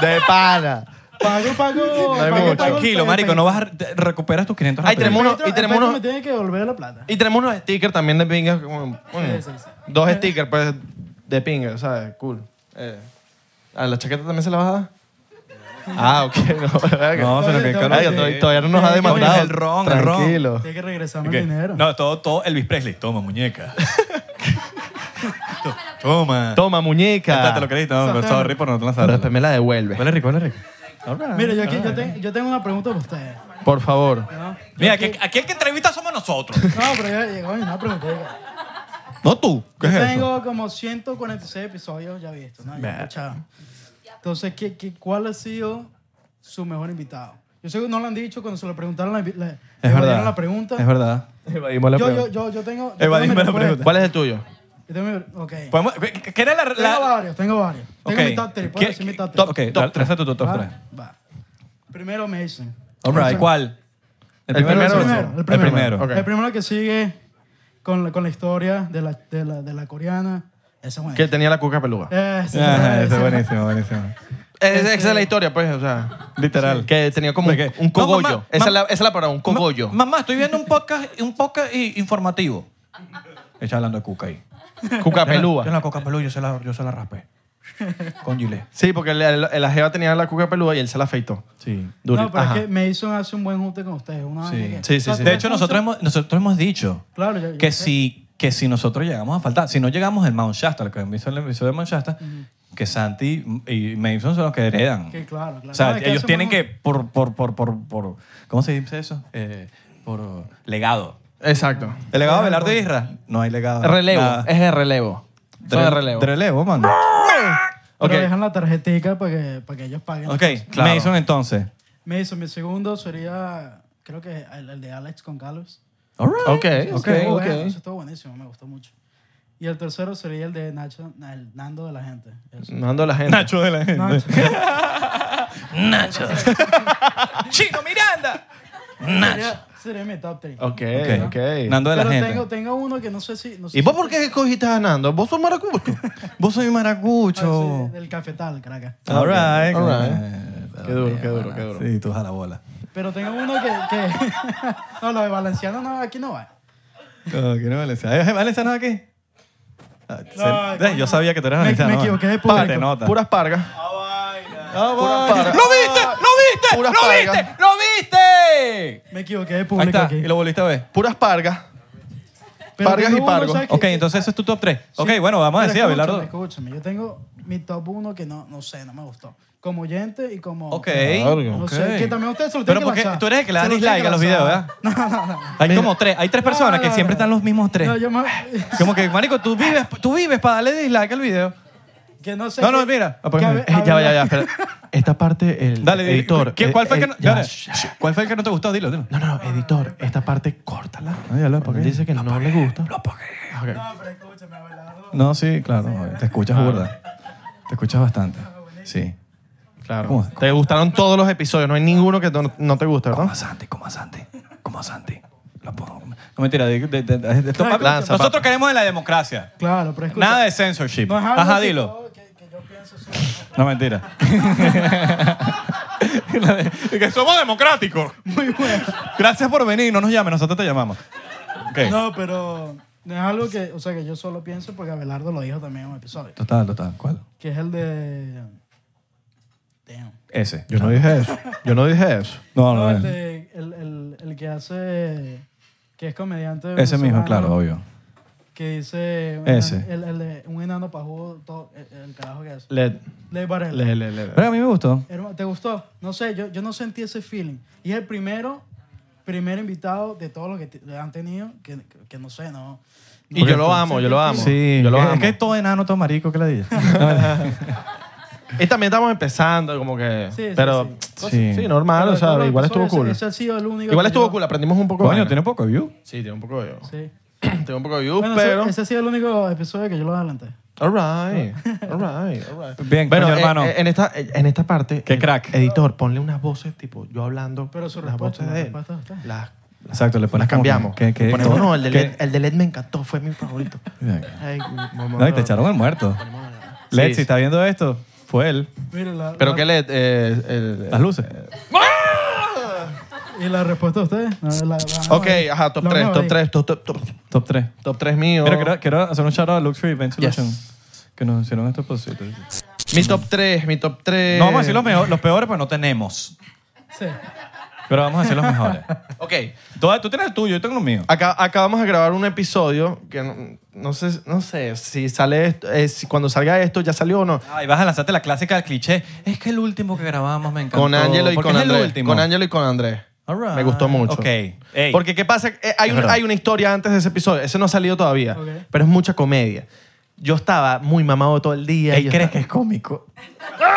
B: De pana.
E: Pago, pago.
B: No hay
E: pago,
B: mucho.
E: pago el
A: Tranquilo, marico,
E: PayPal.
A: no vas a... te- Recuperas tus 500
B: Ay,
A: rapidito.
B: tenemos uno-
E: Petro-
B: y tenemos
E: Petro
B: uno-
E: me tiene que devolver la plata.
B: Y tenemos unos stickers también de pingas. como- bueno,
E: sí, sí.
B: Dos stickers, pues, de pingas, ¿sabes? Cool. Eh, ¿A la chaqueta también se la vas a dar? Ah, ok. No, verga.
A: No, se lo que
B: Verga,
A: Carlos-
B: todavía- todavía no nos ha
E: Coño,
B: demandado.
A: el ron, el ron.
B: Tranquilo.
E: Tiene que regresarme
A: Ok.
E: el dinero.
A: No, todo, todo Elvis Presley. Toma, muñeca. To- Toma.
B: Toma,
A: Ya está, Te
B: muñeca.
A: lo creí. No, pero sorry por no
B: Pero
A: lanzarlo.
B: después me la devuelve.
A: Huele rico, huele rico.
E: Mira, yo, aquí,
A: Ah.
E: yo, te- yo tengo una pregunta para ustedes.
B: Por favor.
E: ¿no?
A: Mira, aquí, aquí el que entrevista somos nosotros.
E: No, pero ya llegó una pregunta.
A: No tú. ¿Qué es
E: Yo
A: eso?
E: tengo como 146 episodios ya vistos, ¿no? Ya escuchados. Entonces, ¿qué, qué, cuál ha sido su mejor invitado? Yo sé que no lo han dicho cuando se lo preguntaron, la, le- le
A: Es
E: evadieron
A: verdad.
E: la pregunta.
A: Es verdad.
B: Evadimos la
E: Yo, yo,
B: pregunta.
E: yo, yo tengo... yo tengo
A: Evadimos
E: mi
A: la pregunta.
E: respuesta.
B: ¿Cuál es el tuyo?
E: Yo tengo mi- ok.
A: Podemos- ¿Qué qué era la...
E: Tengo
A: la
E: varios, tengo varios. Tengo
A: Ok.
E: mi top 3,
A: ¿Qué-
E: puedo decir mi top 3.
A: Top, ok, la- esa es tu top 3.
E: Va. Primero Mason.
A: All right. ¿Cuál?
B: El primero,
A: o el
B: el
A: segundo?
E: primero,
A: El
E: el
A: primero.
B: primero. Ok.
E: El primero que sigue con la, con la historia de la, de la, de la coreana. Ese es bueno.
B: Que tenía la cuca peluda.
E: Ese,
A: Ah,
E: ese.
A: ese es buenísimo, buenísimo.
B: Es-
E: eh,
B: esa es la historia, pues, o sea.
A: Literal.
B: Que tenía como un,
A: ¿De qué?
B: un cogollo.
A: No, mamá,
B: esa, es la,
A: mam-
B: esa es la palabra, un cogollo.
A: Ma- Mamá, estoy viendo un podcast, un podcast i- informativo. Está hablando de cuca ahí.
B: cuca
A: Yo la- Yo
B: pelúa.
A: la coca pelúa, yo se la, yo se la raspé. Con gilet.
B: Sí, porque la, la- la jeva tenía la cuca peluda y él se la afeitó.
A: Sí.
B: Duri.
E: No, pero
B: Ajá.
E: es que Mason hace un buen junte con ustedes. Una vaina que-
B: Sí, sí,
E: O sea,
B: sí.
E: tú
A: De hecho,
E: escuchas-
A: nosotros hemos, nosotros hemos dicho
E: Claro, yo- yo
A: que
E: sé.
A: si, que si nosotros llegamos a faltar, si no llegamos al Mount Shasta, lo que han visto en el episodio de Mount Shasta, que Santi y Mason son los que heredan.
E: Que claro, claro.
A: O sea,
E: No, es que
A: ellos
E: hace
A: tienen
E: un-
A: que, por, por, por, por, por, ¿cómo se dice eso? Eh, por legado.
B: Exacto.
A: ¿El legado de Belardo Isra? No hay legado.
B: Relevo.
A: Nada.
B: Es el relevo. Son de relevo.
A: De relevo, man.
E: Pero
B: Ok.
E: dejan la tarjetica para que, para que ellos paguen.
A: Ok,
B: Claro.
A: Mason entonces.
E: Mason, mi segundo sería, creo que el, el de Alex con Carlos.
A: All right.
B: Ok,
E: Eso
B: ok,
E: estuvo
B: ok.
E: bueno, eso estuvo buenísimo, me gustó mucho. Y el tercero sería el de Nacho, el Nando de la gente. Eso.
B: Mando a la gente.
A: Nacho de la gente.
E: Nacho.
A: Nacho. Chico Miranda.
E: Sería, sería mi top 3.
B: Ok,
A: Ok,
B: ok.
A: Nando de la
E: Pero
A: gente.
E: tengo, tengo uno que no sé si... No sé
B: ¿Y vos
E: si-
B: por qué escogiste a Nando? ¿Vos sos maracucho?
A: Vos soy maracucho.
E: Sí, del cafetal, Caracas.
A: All right.
B: All right.
A: Eh,
B: Qué duro, qué duro,
A: bueno,
B: qué duro.
A: Sí, tú jala bola.
E: Pero tengo uno que... que no, lo de Valenciano no, aquí no va.
A: No, que no Valenciano. ¿Es Valenciano aquí? Ah, se-
E: coño.
A: eh, Yo sabía que tú eras
E: Me-
A: valenciano.
E: me
A: man.
E: equivoqué de
A: Párate,
E: público.
A: nota.
B: Puras pargas.
A: Ah, bueno.
B: pura-
A: ¡Lo viste! ¡Lo viste!
B: Puras
A: ¡Lo
B: pargas.
A: viste! ¡Lo viste!
E: Me equivoqué de
A: Ahí
E: público
A: está.
E: aquí.
A: Y lo volviste a ver.
B: Puras pargas.
E: Pero
B: Pargas
E: tengo
B: y
E: uno,
B: pargos.
E: ¿sabes qué?
A: Ok, entonces ese es tu top 3. Ok,
E: Sí.
A: bueno, vamos a
E: Pero
A: decir,
E: escúchame,
A: Abelardo.
E: Escúchame, yo tengo mi top 1 que no, no sé, no me gustó. Como oyente y como...
A: Ok.
E: Oh, No
A: ok.
E: sé, que también ustedes se lo
A: Pero
E: tienen que
A: porque
E: lanzar.
A: tú eres el que le
E: Se
A: da
E: lo tienen
A: dislike
E: que
A: a los videos, ¿verdad?
E: lanzar. No, no, no.
A: Hay como tres, hay tres personas
E: No,
A: que
E: no,
A: siempre
E: no.
A: están los mismos tres.
E: No, yo me...
A: Como que, marico, tú vives, tú vives para darle dislike al video.
E: que no sé
A: No, no,
E: qué-
A: mira. Ah, pues
E: que a ver-
B: Eh,
E: a
B: ya, va,
E: ver-
B: ya, ya. espera. Esta parte, el
A: Dale, di-
B: editor.
A: ¿qué-
B: eh,
A: ¿Cuál fue el
B: eh,
A: que no,
B: ya,
A: dale.
B: shh, shh.
A: ¿Cuál fue el que no te gustó? Dilo, dilo.
B: No, no, no, editor. Esta parte, córtala.
A: No, ya lo
B: Porque dice que no, le gusta. Ok.
E: No, pero escúchame, Abelardo.
A: No, sí, claro. Te escuchas
B: Claro.
A: burda. Te escuchas bastante. Sí.
B: Claro.
A: ¿Cómo?
B: Te gustaron todos los episodios. No hay ninguno que no, no te gusta,
A: Como
B: ¿no?
A: a Santi, como a Santi, como a Santi. Lo pongo. No mentira. de- de- de- de- de-
E: Claro,
B: lanza,
A: nosotros
B: papi.
A: queremos de la democracia.
E: Claro, pero escucha.
A: Nada de censorship.
E: No es algo
A: Ajá,
E: que
A: dilo.
E: yo- que- que yo pienso sobre-
A: No, mentira. La de- que somos democráticos.
E: Muy bueno.
A: Gracias por venir. No nos llames, nosotros te llamamos. Ok.
E: No, pero no es algo que, o sea, que yo solo pienso porque Abelardo lo dijo también en un episodio,
A: Total, total. ¿Cuál?
E: que es el de Damn.
A: Ese.
B: Yo no dije eso. Yo no dije eso.
A: No,
E: No, este,
A: no,
E: el,
A: no.
E: de- el, el- el que hace que es comediante
A: Ese mismo,
E: venezolano,
A: claro, obvio.
E: Que dice un
A: Ese.
E: enan- El, el de un enano pajudo, todo, el, el carajo que hace.
B: Le,
E: Ley Varela.
B: le, le, le.
A: Pero a mí me gustó.
E: Hermano, ¿Te gustó? No sé, yo, yo no sentí ese feeling. Y es el primero primer invitado de todos los que te- han tenido, que, que no sé, no.
B: Y yo lo amo, yo lo amo.
A: Sí.
B: Yo lo
A: es,
B: amo.
A: es que todo enano, todo marico, que la dije.
B: Y también estamos empezando, como que.
E: Sí, sí,
B: pero
E: sí.
B: sí,
A: Sí.
B: normal,
E: Pero
B: o
E: todos
B: sea,
E: los
B: igual estuvo
E: episodios,
B: cool.
E: ese- ese ha sido el único
B: Igual
E: que
B: estuvo
E: yo-
B: cool, aprendimos un poco. de
A: Coño,
B: vaina.
A: tiene poco view.
B: Sí, tiene un poco de views.
E: Sí.
B: tiene un poco de views,
E: Bueno, ese-
B: pero.
E: ese ha sido el único episodio que yo lo adelanté.
B: All right, all right, all right.
A: Bien,
B: bueno,
A: coño,
B: eh,
A: hermano.
B: eh, En, esta, eh, en esta parte.
A: Qué
B: eh,
A: crack.
B: Editor, ponle unas voces, tipo, yo hablando.
E: Pero su
B: las
E: respuesta,
B: voces
E: la
B: de él.
E: respuesta está.
B: Las,
A: Exacto, le pones
B: las
A: como que-
B: cambiamos.
A: que- que-
B: Ponemos,
A: todo-
B: no, el E- de,
A: que-
B: LED, el de LED me encantó, fue mi favorito. Ay,
A: No, y te echaron el muerto.
B: Sí,
A: Let's,
B: sí.
A: si está viendo esto, fue él.
E: Mira, la,
B: Pero
E: la-
B: qué LED. Eh, el-
A: Las luces.
E: ¿Y la respuesta de ustedes? No, la- la-
B: Ok,
E: la-
B: ajá, top
E: la-
B: 3,
E: la-
B: top 3, top, top, top,
A: Top 3.
B: top 3 mío.
A: Pero quiero, quiero hacer un shout out a Luxury Event Solution.
B: Yes.
A: Que nos hicieron estos posibles.
B: Mi top 3, mi top 3.
A: No vamos a decir los, meo- los peores, pues no tenemos.
E: Sí.
A: Pero vamos a decir los mejores.
B: Ok,
A: Toda- tú tienes el tuyo, yo tengo los míos.
B: acá, acabamos de grabar un episodio que no, no sé, no sé si sale esto, eh, si cuando salga esto ya salió o no.
A: Ay, vas a lanzarte la clásica del cliché. Es que el último que grabamos me encantó.
B: Con Ángelo y
A: Porque
B: con
A: es el
B: Andrés.
A: último.
B: Con Ángelo y con Andrés.
A: All right.
B: Me gustó mucho.
A: Ok. Ey.
B: Porque qué pasa, Eh, hay,
A: Es
B: un-
A: verdad.
B: hay una historia antes de ese episodio, ese no ha salido todavía,
E: Ok.
B: pero es mucha comedia. Yo estaba muy mamado todo el día.
A: Ey,
B: yo
A: ¿crees
B: estaba-
A: que es cómico?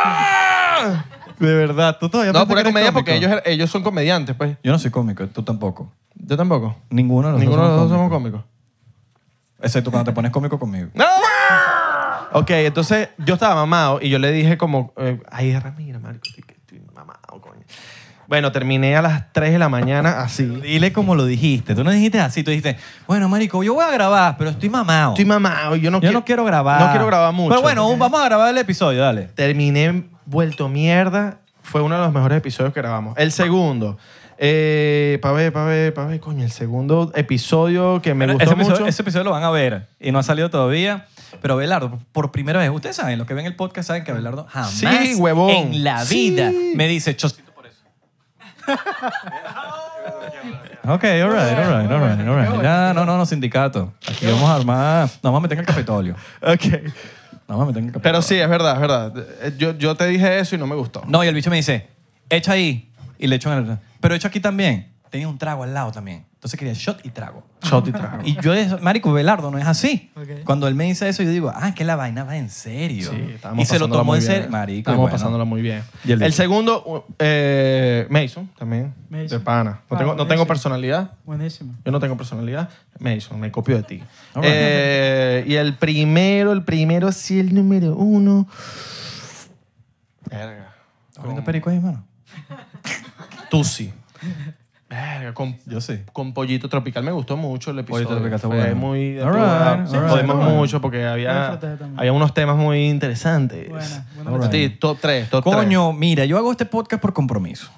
A: ¡Ah! De verdad, tú todavía
B: No,
A: piensas
B: pura
A: que eres
B: comedia porque
A: cómico?
B: ellos, ellos son comediantes, pues.
A: Yo no soy cómico, tú tampoco.
B: Yo tampoco.
A: Ninguno de los
B: Ninguno de
A: dos
B: los dos
A: somos
B: somos
A: cómicos.
B: cómicos.
A: Excepto cuando te pones cómico conmigo.
B: ¡No! Ok, entonces yo estaba mamado y yo le dije como, eh, ay, Ramiro, marico, estoy, estoy mamado, coño. Bueno, terminé a las 3 de la mañana así.
A: Dile como lo dijiste. Tú no dijiste así. Tú dijiste, bueno, marico, yo voy a grabar, pero estoy mamado.
B: Estoy mamado y yo no,
A: yo no quiero grabar.
B: No quiero grabar mucho.
A: Pero bueno, vamos a grabar el episodio, dale.
B: Terminé vuelto mierda. Fue uno de los mejores episodios que grabamos. El segundo. Eh, pa' ver, pa' ver, pa' ver, coño. El segundo episodio que me
A: Pero
B: gustó
A: ese, episodio,
B: mucho.
A: ese episodio lo van a ver y no ha salido todavía. Pero Abelardo, por primera vez, ustedes saben, los que ven el podcast saben que Abelardo jamás
B: Sí, huevón.
A: en la
B: Sí.
A: vida me dice chocito por eso. ok, all right, all right, all right, all right. Ya, no, no, no, sindicato. Aquí vamos a armar. Nos vamos a meter en el Capitolio.
B: Ok.
A: Nos vamos a meter en el Capitolio.
B: Pero sí, es verdad, es verdad. Eh, Yo, yo te dije eso y no me gustó.
A: No, y el bicho me dice, echa ahí. Y le echo en el... Pero echo aquí también. Tenía un trago al lado también. Entonces quería shot y trago.
B: Shot y trago.
A: Y yo, es- marico, Belardo no es así.
E: Ok.
A: Cuando él me dice eso, yo digo, ah, que la vaina va en serio.
B: estábamos
A: y se lo
B: pasándola
A: tomó
B: muy
A: en
B: bien.
A: serio. Marico,
B: Estábamos
A: y bueno.
B: pasándolo muy bien.
A: Y el
B: El,
A: bicho.
B: segundo, uh, eh, Mason también.
E: Mason.
B: De pana. No
E: Ah,
B: tengo, no
E: Mason.
B: tengo personalidad.
E: Buenísimo.
B: Yo no tengo personalidad. Mason, me copio de ti.
A: All right.
B: Eh, y el primero, el primero, sí, el número uno. Verga.
A: ¿Estás poniendo perico ahí, hermano?
B: Tusi. Verga, con,
A: Yo sí.
B: con Pollito Tropical me gustó mucho el episodio.
A: Pollito Tropical está
B: Fue
A: bueno.
B: muy...
A: All right,
B: Sí,
A: all right,
B: jodimos
A: all right.
B: mucho porque
E: Yo
B: había,
E: disfruté también.
B: había unos temas muy interesantes.
E: Buena, buena
B: All right. Sí, top 3, top tres.
A: Coño, mira, yo hago este podcast por compromiso.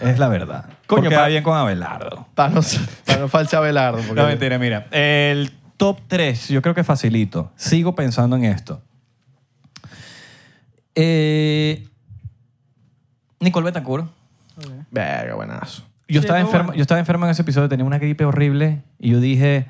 A: es la verdad. Coño,
B: Coño,
A: Porque
B: pa-
A: va bien con Abelardo.
B: Para no, para no falsa Belardo. porque-
A: No, mentira, mira. El top 3, yo creo que facilito. Sigo pensando en esto. Eh, Nicole Betancourt.
E: Ok.
B: Verga, buenazo.
A: Yo,
E: Sí,
A: estaba
E: estuvo
A: enfermo,
E: bueno.
A: yo estaba enfermo en ese episodio, tenía una gripe horrible y yo dije,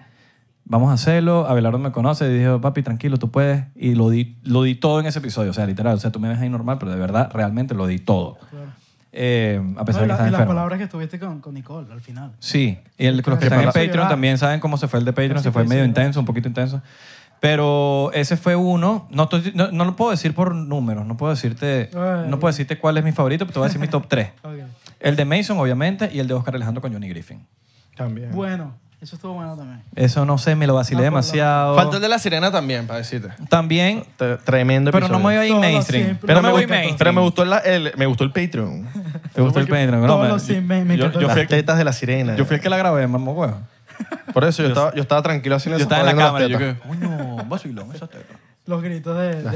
A: vamos a hacerlo. Abelardo me conoce y dijo, papi, tranquilo, tú puedes. Y lo di, lo di todo en ese episodio, o sea, literal. O sea, tú me ves ahí normal, pero de verdad, realmente lo di todo.
E: Claro.
A: Eh, a pesar de que estaba
E: No, y la- y las
A: enfermo.
E: palabras que estuviste con, con Nicole al final.
A: Sí, y el, los que
E: Que
A: están en
E: para-
A: Patreon también saben cómo se fue el de Patreon,
E: Casi
A: se fue
E: que
A: medio
E: sí,
A: intenso, un poquito intenso. Pero ese fue uno, no, estoy- no, no lo puedo decir por números, no puedo decirte,
E: Ay.
A: no puedo decirte cuál es mi favorito, pero te voy a decir mi top 3.
E: Ok.
A: El de Mason, obviamente, y el de Oscar Alejandro con Johnny Griffin.
B: También.
E: Bueno, eso estuvo bueno también.
A: Eso no sé, me lo vacilé
E: Ah, pues No, por la-
A: demasiado.
B: Falta el de la sirena también, para decirte.
A: También,
B: T- Tremendo
A: pero no
B: episodio.
A: me voy a ir
E: Todo
A: mainstream.
E: siempre.
A: Pero
E: No
A: me
E: me
A: voy
E: gusta todo.
A: mainstream.
B: Pero me gustó, la- el, me gustó el Patreon.
A: Me gustó el Patreon. no,
E: Todos
A: me-
E: los
A: yo-
E: sin- me- me
A: yo-
E: encantó.
A: yo fui
B: Las
A: el que-
B: tetas de la sirena.
A: Yo fui el que la grabé, mamá, huevo.
B: Por eso yo, estaba, yo estaba tranquilo haciendo
A: Yo
B: eso,
A: estaba en la cámara
B: jodiendo las
A: y yo que,
B: tetas.
A: coño, vacilón esa teta.
E: Los gritos de, de
B: tetas.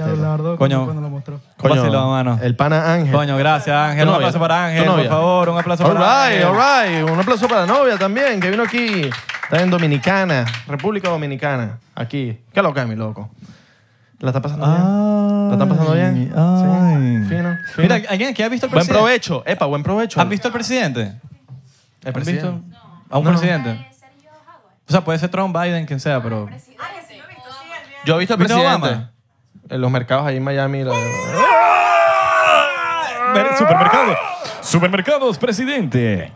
A: Coño.
E: Abelardo cuando, cuando lo mostró.
B: Coño,
A: Vacilón, mano.
B: El pana Ángel.
A: Coño, gracias, Ángel.
B: Tu
A: Un
B: novia.
A: aplauso para Ángel,
B: Tu
A: por
B: novia.
A: favor. Un aplauso
B: All
A: para
B: right,
A: Ángel.
B: all right. Un aplauso para la novia también, que vino aquí. Está en Dominicana, República Dominicana. Aquí. Qué loca es mi loco. ¿La está pasando
A: Ah.
B: bien? ¿La está pasando bien?
A: Ay.
B: Sí. Fino, fino.
A: Mira, ¿alguien aquí ha visto el
B: Buen
A: presidente?
B: provecho. Epa, buen provecho.
A: ¿Han visto al presidente?
B: El
A: ¿Han
B: presidente.
A: visto a un presidente? O sea, puede ser Trump, Biden, quien sea, pero...
C: Ah, que sí lo he visto, sí, el viernes.
B: Yo he visto al
A: ¿Viste a
B: presidente.
A: Obama?
B: En los mercados ahí en Miami. la-
A: Supermercados. Supermercados, presidente.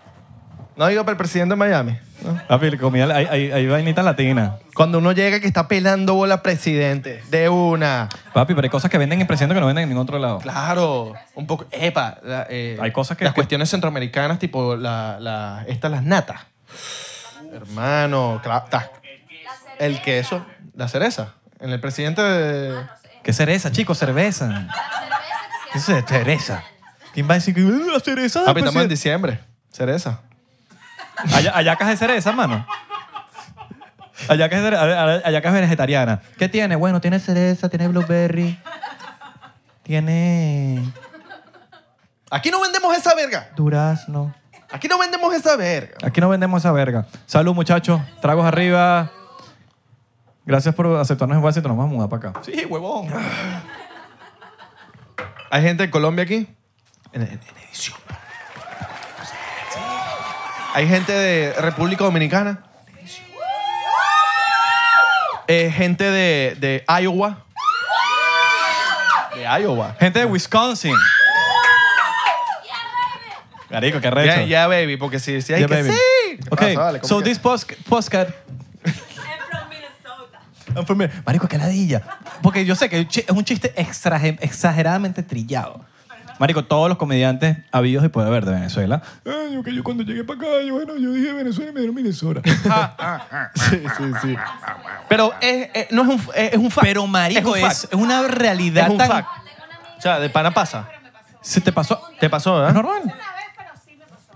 B: No digo para el presidente de Miami. ¿no?
A: Papi, comida, hay, hay, hay vainita latina.
B: Cuando uno llega que está pelando bola presidente, de una.
A: Papi, pero hay cosas que venden en presidente que no venden en ningún otro lado.
B: Claro, un poco. Epa, la, eh,
A: Hay cosas que-
B: Las
A: que-
B: cuestiones centroamericanas, tipo la, la, estas, las natas. Hermano, cla- ta- el queso, la cereza. En el presidente de.
A: ¿Qué cereza, chicos? Cerveza. ¿Qué es cereza? ¿Quién va a decir que "Uh, la cereza? del
B: Papi, estamos Ah, en
A: presidente"?
B: diciembre. Cereza.
A: Haya- Hallacas de cereza, mano. Hallacas, de cere- halla- hallacas vegetarianas. ¿Qué tiene? Bueno, tiene cereza, tiene blueberry. Tiene
B: Aquí no vendemos esa verga.
A: durazno.
B: Aquí no vendemos esa verga.
A: Aquí no vendemos esa verga. Salud, muchachos. Tragos arriba. Gracias por aceptarnos en Washington. Nos vamos a mudar para acá.
B: Sí, huevón. ¿Hay gente de Colombia aquí? En, en- en edición. ¿Hay gente de República Dominicana? Eh, ¿Gente de, de Iowa? De Iowa.
A: Gente de Wisconsin. Carico, qué recho.
B: Yeah, yeah, baby, porque si, si hay
A: Yeah,
B: que
A: baby.
B: sí. ¿Qué
A: Okay,
B: pasa? Vale, ¿cómo
A: so
B: que-
A: this post postcard. I'm from Minnesota. Marico, qué ladilla. Porque yo sé que es un chi- es un chiste extra- exageradamente trillado. Marico, todos los comediantes habidos y puede haber de Venezuela. "Ay, yo que yo cuando llegué para acá, yo, bueno, yo dije Venezuela y me dieron Minnesota.
B: Ah, Sí, sí, sí. Pero es, es- no es un, es, es un fact.
A: Pero marico,
B: Es un
A: es,
B: fact.
A: una realidad
B: Es un
A: tan...
B: fact. O sea, de pana pasa.
A: Se te pasó...
B: Te pasó, ¿eh?
A: Es
B: ¿verdad?
A: normal.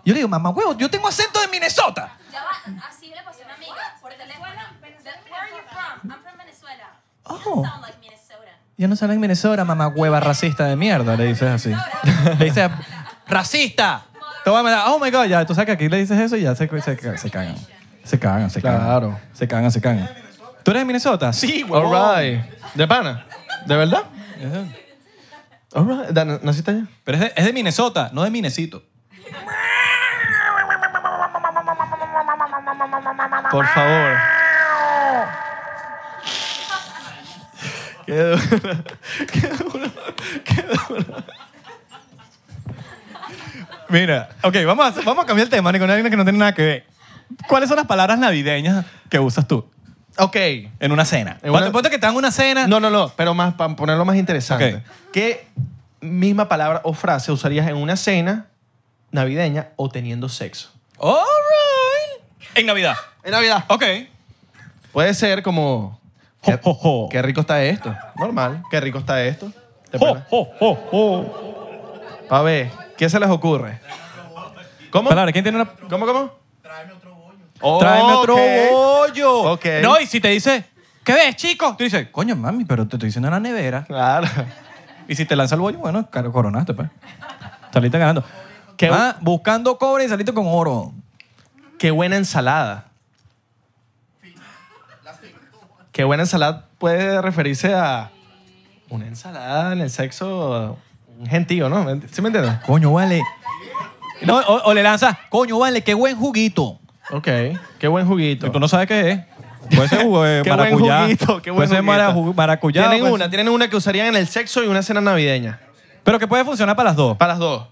A: Yo le digo, mamá huevo, yo tengo acento de Minnesota.
F: Ya va, así le pasó a una amiga por teléfono. Where are you from? I'm from Venezuela. You
A: Oh.
F: sound like Minnesota.
A: Ya no sale en Minnesota, mamá hueva racista de mierda, le dices así. Le dices, racista. Te voy a mandar, oh my god, ya, tú sabes que aquí le dices eso y ya se, se, se, cagan. Se cagan, se cagan.
B: Claro.
A: Se cagan, se cagan. ¿Tú eres de Minnesota? Sí,
B: All right. ¿De pana? ¿De verdad? All right. Da- ¿Naciste allá?
A: Pero es de, es de Minnesota, no de Minecito.
B: Por favor. Qué duro. Qué duro. Qué duro.
A: Mira, ok, vamos a, hacer- vamos a cambiar el tema, Nico, una vaina que no tiene nada que ver. ¿Cuáles son las palabras navideñas que usas tú
B: Ok.
A: en una cena?
B: En una-
A: Ponte- Ponte que te dan una cena.
B: No, no, no. Pero más, para ponerlo más interesante. ¿Qué misma palabra o frase usarías en una cena navideña o teniendo sexo?
A: All right. En Navidad.
B: En Navidad.
A: Ok.
B: Puede ser como... Qué,
A: Jo, jo, jo.
B: qué rico está esto. Normal. Qué rico está esto. ¿Te
A: Jo,
B: parece?
A: jo, jo, jo.
B: A ver, ¿qué se les ocurre? ¿Cómo?
A: Palabra, ¿quién tiene una...?
B: ¿Cómo, cómo? Oh,
A: Tráeme otro
B: ok.
A: bollo.
B: Ok.
A: No, y si te dice, ¿qué ves, chico? Tú dices, coño, mami, pero te estoy diciendo en la nevera.
B: Claro.
A: Y si te lanza el bollo, bueno, caro, coronaste, pues. Saliste ganando.
B: Qué
A: Ah, buscando cobre y saliste con oro.
B: Qué buena ensalada. Qué buena ensalada puede referirse a una ensalada en el sexo, un gentío, ¿no? ¿Sí me entiendes?
A: Coño, vale. No, o, o le lanzas, coño, vale, qué buen juguito.
B: Ok, qué buen juguito.
A: Y tú no sabes qué es. Puede ser jugo de
B: qué
A: maracuyá.
B: buen juguito, qué buen
A: puede ser
B: juguito.
A: maracu- maracuyá.
B: Tienen
A: puede
B: una,
A: ser-
B: tienen una que usarían en el sexo y una cena navideña.
A: Pero que puede funcionar para las dos.
B: Para las dos.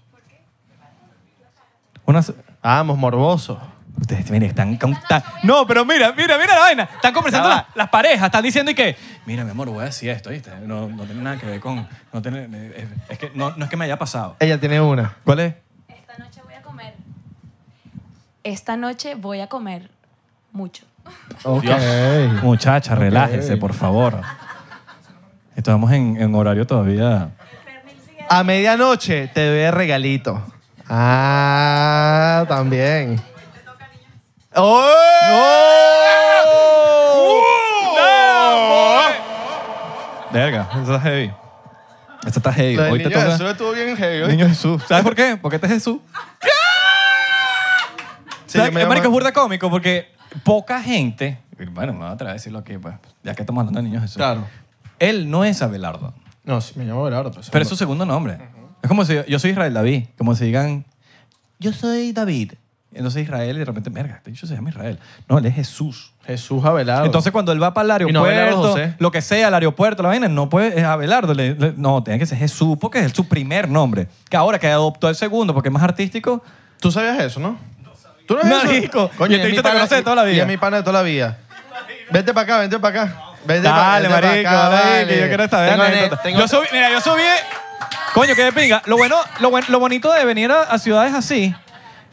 A: Unas-
B: Vamos, morboso.
A: Ustedes, miren, están... con- ta- No, pero mira, mira, mira la vaina. Están conversando
B: Ya va.
A: las, las parejas, están diciendo y que... Mira, mi amor, voy a decir esto, ¿viste? No, no tiene nada que ver con... No tiene, es, es que no, no es que me haya pasado.
B: Ella tiene una.
A: ¿Cuál es?
D: Esta noche voy a comer. Esta noche voy a comer mucho.
B: Ok.
A: Muchacha, relájese, por favor. Estamos en, en horario todavía...
B: A medianoche te ve regalito. Ah, también. ¡Oh! ¡No!
A: Verga, esta está heavy. Esta está heavy.
B: Lo del
A: Hoy te
B: niño
A: toca...
B: Jesús estuvo bien heavy. ¿oíste?
A: Niño Jesús. ¿Sabes por qué? Porque este es Jesús.
B: Sí,
A: ¿Sabes
B: yo me
A: qué,
B: llamo-
A: marico, es burda cómico porque poca gente... y Bueno, me voy a atrever a decirlo aquí, pues, ya que estamos hablando de niños Jesús.
B: Claro.
A: Él no es Abelardo,
B: No, sí, me pues. llamo Belardo. Pero,
A: pero es su segundo nombre. Es como si yo soy Israel David, como si digan, yo soy David. Entonces Israel y de repente, merga, este bicho se llama Israel. No, él es Jesús.
B: Jesús Abelardo.
A: Entonces cuando él va para el
B: Y no Abelardo
A: aeropuerto,
B: José.
A: lo que sea, el aeropuerto, la vaina, no puede, es Abelardo. le- le- no, tiene que ser Jesús porque es su primer nombre. Que ahora que adoptó el segundo porque es más artístico,
B: tú sabías eso, ¿no? ¿Tú no has visto?
A: Marico, y
B: Coño,
A: este
B: es mi
A: bicho te
B: pana-
A: conoce de toda la vida.
B: Y es mi pana de toda la vida. Vente para acá, vente para acá. Vente pa-
A: Dale,
B: vente pa'
A: marico,
B: acá,
A: dale, que
B: vale.
A: yo quiero saber
B: Tengo
A: anécdotas.
B: net- tengo-
A: Yo subí, mira, yo subí. Coño, qué de pinga. Lo bueno, lo, buen- lo bonito de venir a, a ciudades así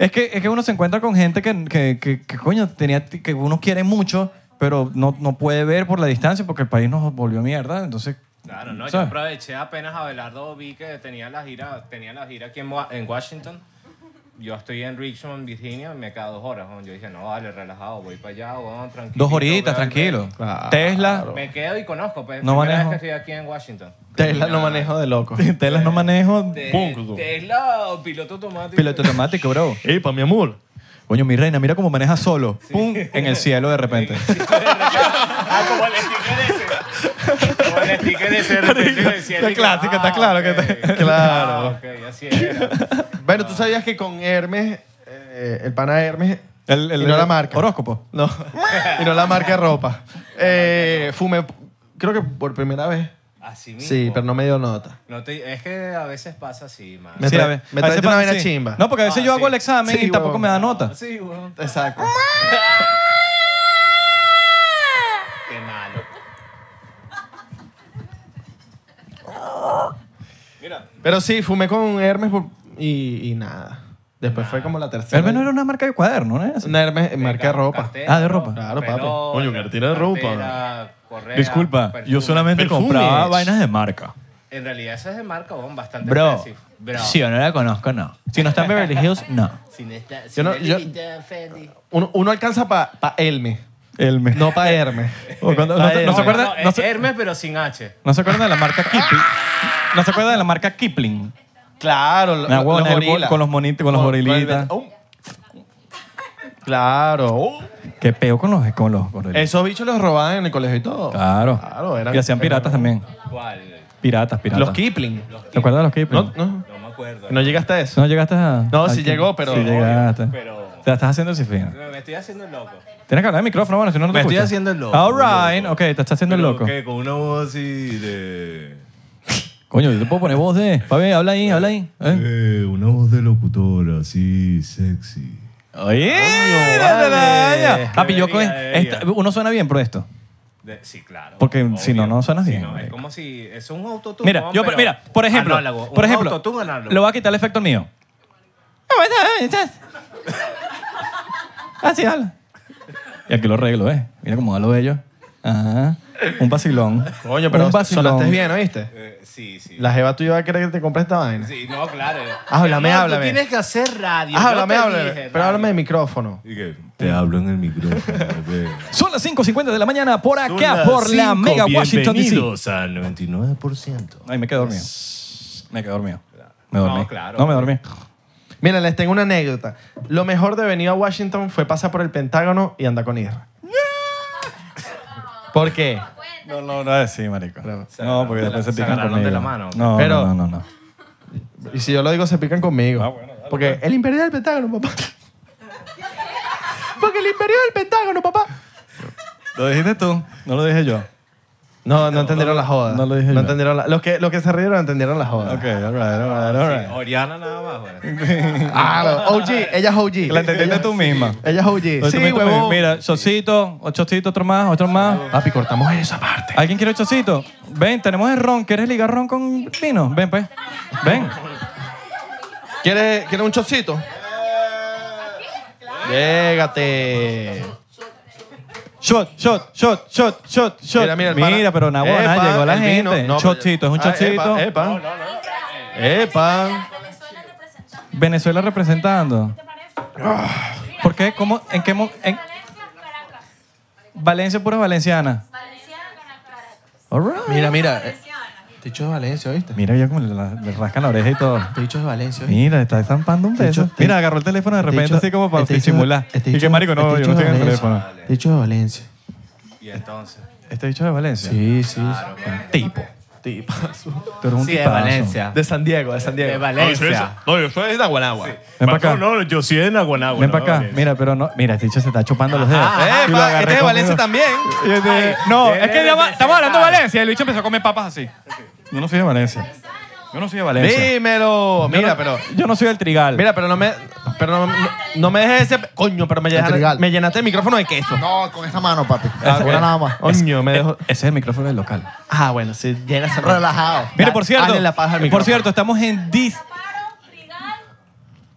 A: es que, es que uno se encuentra con gente que, que, que- que, coño, tenía, que uno quiere mucho, pero no, no puede ver por la distancia porque el país nos volvió mierda. Entonces,
G: Claro, no, yo
A: ¿Sabes?
G: aproveché apenas Abelardo vi que tenía la gira, tenía la gira aquí en, Wa- en Washington. Yo estoy en Richmond, Virginia, y me queda dos horas. weón. Yo dije, no, vale, relajado, voy para allá, weón, tranquilo.
A: dos horitas, tranquilo.
B: Claro.
A: Tesla.
G: Me quedo y conozco, pues,
A: No
G: no primera
A: manejo.
G: vez que estoy aquí en Washington.
B: Tesla lo manejo de loco.
A: Tesla no manejo.
G: Te-
A: Punto.
G: Tesla o piloto automático.
A: Piloto automático, bro.
B: Ey, pa' mi amor.
A: Coño, mi reina, mira cómo maneja solo. Pum, en el cielo de repente.
G: Ah, como el sticker ese. Como el sticker ese. de repente
A: Marico,
G: decía,
A: está
G: dije,
A: clásico, está claro que
G: ok.
A: está-
B: claro.
G: Ah, ok, así era.
B: Bueno,
A: Ah.
B: tú sabías que con Hermes, eh, el pana Hermes,
A: El, el-
B: y no la marca.
A: Horóscopo.
B: No, y no la marca de ropa. Eh, fumé, creo que por primera vez.
G: Así mismo.
B: Sí, pero no me dio nota.
G: No te- es que a veces pasa así, man.
B: Me
A: Sí,
B: tra-
A: a ver.
B: me
A: A veces
B: trajiste una
A: pasa,
B: vaina
A: sí.
B: chimba.
A: No, porque a veces
G: Ah,
A: yo
G: sí.
A: hago el examen
B: Sí,
A: y tampoco
B: huevón.
A: me da nota.
G: Sí, weón.
B: Exacto.
G: Qué malo. Mira,
B: Pero sí, fumé con Hermes por- y, y nada. Después fue como la tercera.
A: Al menos era una marca de cuaderno, ¿no? Era así.
B: Una Hermes, marca de ropa.
G: cartera,
A: Ah, de ropa.
B: Claro, papi.
G: pelota,
H: Coño, cartera de ropa.
G: cartera, correa,
A: Disculpa, yo
G: perfume.
A: solamente
H: Perfumes.
A: compraba vainas de marca.
G: En realidad esa es de marca, weón, bastante
A: Bro,
G: expensive. Bro.
A: si yo no la conozco, no. Si no está en Beverly Hills, no.
G: Sin esta,
B: Yo
G: sin
B: no-
G: el
B: yo-
G: límite, Fendi.
B: Uno, uno alcanza para pa Hermes,
A: El me-
B: no para Hermes.
A: O cuando-
B: Pa'
A: no, se- no
B: Hermes.
A: se acuerdan
G: No,
A: no
G: es
A: se,
G: Hermes, pero sin H.
A: no se acuerdan de la marca Kipling. No se acuerdan de la marca Kipling.
B: Claro, lo-
A: Nah,
B: los
A: huevón, el bol-
B: gorilas.
A: con los monitos, con los
B: el-
A: gorilitas.
B: Oh. Claro. oh.
A: Qué peo con los con los con los-
B: Esos bichos los robaban en el colegio y todo.
A: Claro.
B: Oh. Claro, eran-
A: y hacían
B: eran-
A: piratas también.
G: ¿Cuál?
A: Piratas, piratas.
B: Los Kipling.
A: ¿Te acuerdas de los Kipling?
B: No, no.
G: No me acuerdo.
B: No llegaste a eso.
A: No llegaste a.
B: No,
A: a
B: sí
A: Kipling?
B: llegó, pero-
A: Sí llegaste.
G: Pero-
A: Te la estás haciendo disciplina.
G: Me estoy haciendo loco.
A: Tienes que hablar al micrófono, bueno, si no, no te
G: Me estoy
A: escuchas.
G: haciendo el loco,
A: All right.
G: loco.
A: Ok, te estás haciendo el loco.
H: ¿Qué? Con una voz así de.
A: Coño, yo te puedo poner voz de... Papi, habla ahí, habla ahí. ¿Eh?
H: Eh, una voz de locutora, así sexy.
A: Oye,
B: vale.
A: vale. Papi, yo con...
G: Debería, debería.
A: esta- uno suena bien por esto.
G: De- sí, claro.
A: Porque si no, no suenas
G: Sí,
A: bien,
G: no, es
A: marico.
G: como si. Es un autotune.
A: Mira,
G: weón,
A: yo,
G: pero
A: mira, por ejemplo,
G: análogo,
A: por
G: un
A: ejemplo,
G: autotune análogo.
A: le voy a quitar el efecto al mío. Así habla. Ah, Y aquí lo arreglo, ¿eh? Mira cómo hablo bello. Ajá. Un vacilón.
B: Coño, pero
A: un vacilón.
B: sonaste bien, ¿oíste?
G: Eh, sí, sí.
B: La jeva tuya va a querer que te compre esta vaina.
G: Sí, no, claro.
B: Háblame,
G: Amor, tú
B: háblame.
G: tienes que hacer radio.
B: Ah,
G: yo
B: háblame,
G: te
B: háblame.
G: dije,
B: Pero
G: radio.
B: háblame de micrófono.
H: Y que te hablo en el micrófono, bebé.
A: Son las 5.50 de la mañana por
H: Son
A: acá,
H: las
A: por la
H: cinco,
A: Mega Washington DC.
H: Bienvenidos a 99%.
A: Ay, me quedé dormido. Me quedé dormido. Me
G: No,
A: dormí.
G: claro.
A: No, me dormí.
B: Mira, les tengo una anécdota. Lo mejor de venir a Washington fue pasar por el Pentágono y andar con Isra. ¿Por qué?
A: No, no, no, sí, marico.
G: Se
A: No,
G: agarraron
A: porque
G: de la-
A: después se
G: se
A: pican
G: agarraron
A: conmigo.
G: de la mano.
A: No,
B: Pero-
A: no, no, no.
B: Y si yo lo digo, se pican conmigo.
A: Ah, bueno, dale,
B: Porque el imperio del Pentágono, papá. Porque el imperio del Pentágono, papá.
A: Lo dijiste tú, no lo dije yo.
B: No, no entendieron la joda.
A: no lo dije yo.
B: entendieron la- los, que, los que se rieron entendieron la joda.
A: Ok, all right, all right, all right.
G: Oriana nada más, güey.
B: Ah, no. OG, ella es OG.
A: La entendiste tú misma.
B: Ella es OG.
A: Oye,
B: Sí,
A: tú me- tú me-
B: huevón.
A: Mira, chocito, ocho chocitos, otro más, otro más.
B: Papi, cortamos eso aparte.
A: ¿Alguien quiere chocito? Ven, tenemos el ron. ¿Quieres ligar ron con vino? Ven, pues. Ven.
B: ¿Quieres, quieres un chocito? Llégate.
A: Shot, shot, shot, shot, shot, shot. Mira,
B: el pana.
A: pero Nahuana
B: Epa,
A: llegó la
B: el vino.
A: gente.
B: No, pero-
A: chocito, es un
B: Ah,
A: chocito.
B: epa, epa.
A: Eh. Ah.
B: Epa.
A: Venezuela representando. ¿Por qué? ¿Cómo? ¿En qué? mo- En... Valencia, pura valenciana. All right.
B: Mira, mira. eh, Te he dicho de Valencia, ¿viste?
A: Mira, ya como le, le rascan la oreja y todo.
B: Te he dicho Este de Valencia, Este ¿oíste?
A: Mira, está estampando un
B: Te he
A: beso.
B: dicho- te-
A: Mira, agarró el teléfono de
B: Te he
A: repente
B: dicho-
A: así como para
B: te he dicho-
A: disimular.
B: te he
A: y
B: dicho-
A: que marico,
B: te
A: no,
B: he
A: yo
B: dicho
A: no
B: este de
A: tengo el
B: Valencia.
A: teléfono.
B: Te he dicho de Valencia.
G: Y entonces.
A: Este dicho de Valencia.
B: Sí, sí.
A: Tipo.
B: Tipazo.
A: Tú eres un
G: Sí, de
A: tipazo.
G: Valencia.
B: De San Diego, de San Diego.
G: De Valencia.
H: No, yo soy de Naguanagua.
A: Ven pa' acá.
H: No, no, yo soy de Naguanagua.
A: Ven
H: no,
A: para acá.
H: Valencia.
A: Mira, pero no. Mira, este dicho se está chupando los dedos. Eh,
B: Epa,
A: Y lo agarré
B: este es de
A: conmigo.
B: Valencia también.
A: Y este- no,
G: Ay,
A: es que
G: debe
A: llama-
G: de
A: estamos hablando de
G: presentar.
A: Valencia. y El bicho empezó a comer papas así. Yo no soy de Valencia. Yo no soy de Valencia.
B: Dímelo.
A: Yo
B: Mira,
A: no-
B: pero.
A: Yo no soy del Trigal.
B: Mira, pero no me. Pero no, no- no me dejes ese. Coño, pero me, llenaste-
I: trigal.
B: me llenaste el micrófono de queso.
I: No, con esta mano, papi.
B: Ah,
I: Una
B: bueno.
I: nada más.
B: Coño, me dejó.
A: Ese es el micrófono del local.
B: Ah, bueno, sí, llenas el
I: Relajado.
A: Mire, por cierto,
B: Dale la paja al
A: por
B: micrófono.
A: cierto, estamos en Dis.
F: Paro, trigal,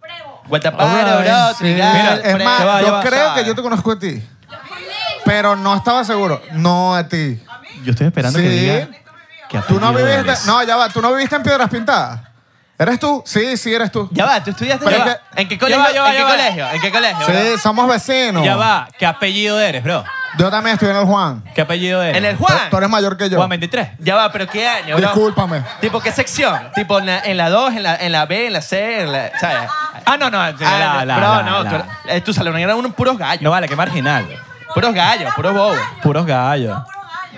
F: prevo.
B: Guatapara,
I: Ahora,
B: bro,
I: sí.
B: trigal.
I: Mira, es
A: ya
I: más,
A: va, ya
I: yo
A: va.
I: creo que yo te conozco a ti. Pero no estaba seguro. No a ti.
A: Yo estoy esperando que
I: Sí.
A: diga que
I: Tú no
A: apellido
I: viviste.
A: eres.
I: No, ya va. Tú no viviste en Piedras Pintadas. ¿Eres tú? Sí, sí, eres tú.
B: Ya va, tú estudiaste.
I: Pero
B: Ya
I: es
B: va.
I: que-
B: ¿En qué colegio?
A: Ya va, ya va,
B: ¿En qué
A: ya va.
B: colegio? ¿En qué colegio?
I: Sí, somos vecinos.
A: Ya va, ¿qué apellido eres, bro?
I: Yo también estoy en el Juan.
A: ¿Qué apellido eres?
B: En el
I: Tú,
B: Juan.
I: tú eres mayor que yo.
A: Juan 23.
B: Ya va, pero ¿qué año? bro?
I: Discúlpame.
B: ¿Tipo qué sección? ¿Tipo en la, en la 2, en la, en la B, en la C, en la, ¿sabes?
A: Ah, no, no. la, la,
B: Ah,
A: la,
B: pero
A: la,
B: no,
A: la.
B: tú eras- eh, tu salón era un puros gallos.
A: No vale, qué marginal.
B: Puros gallos, puros bobos.
A: Puros gallos.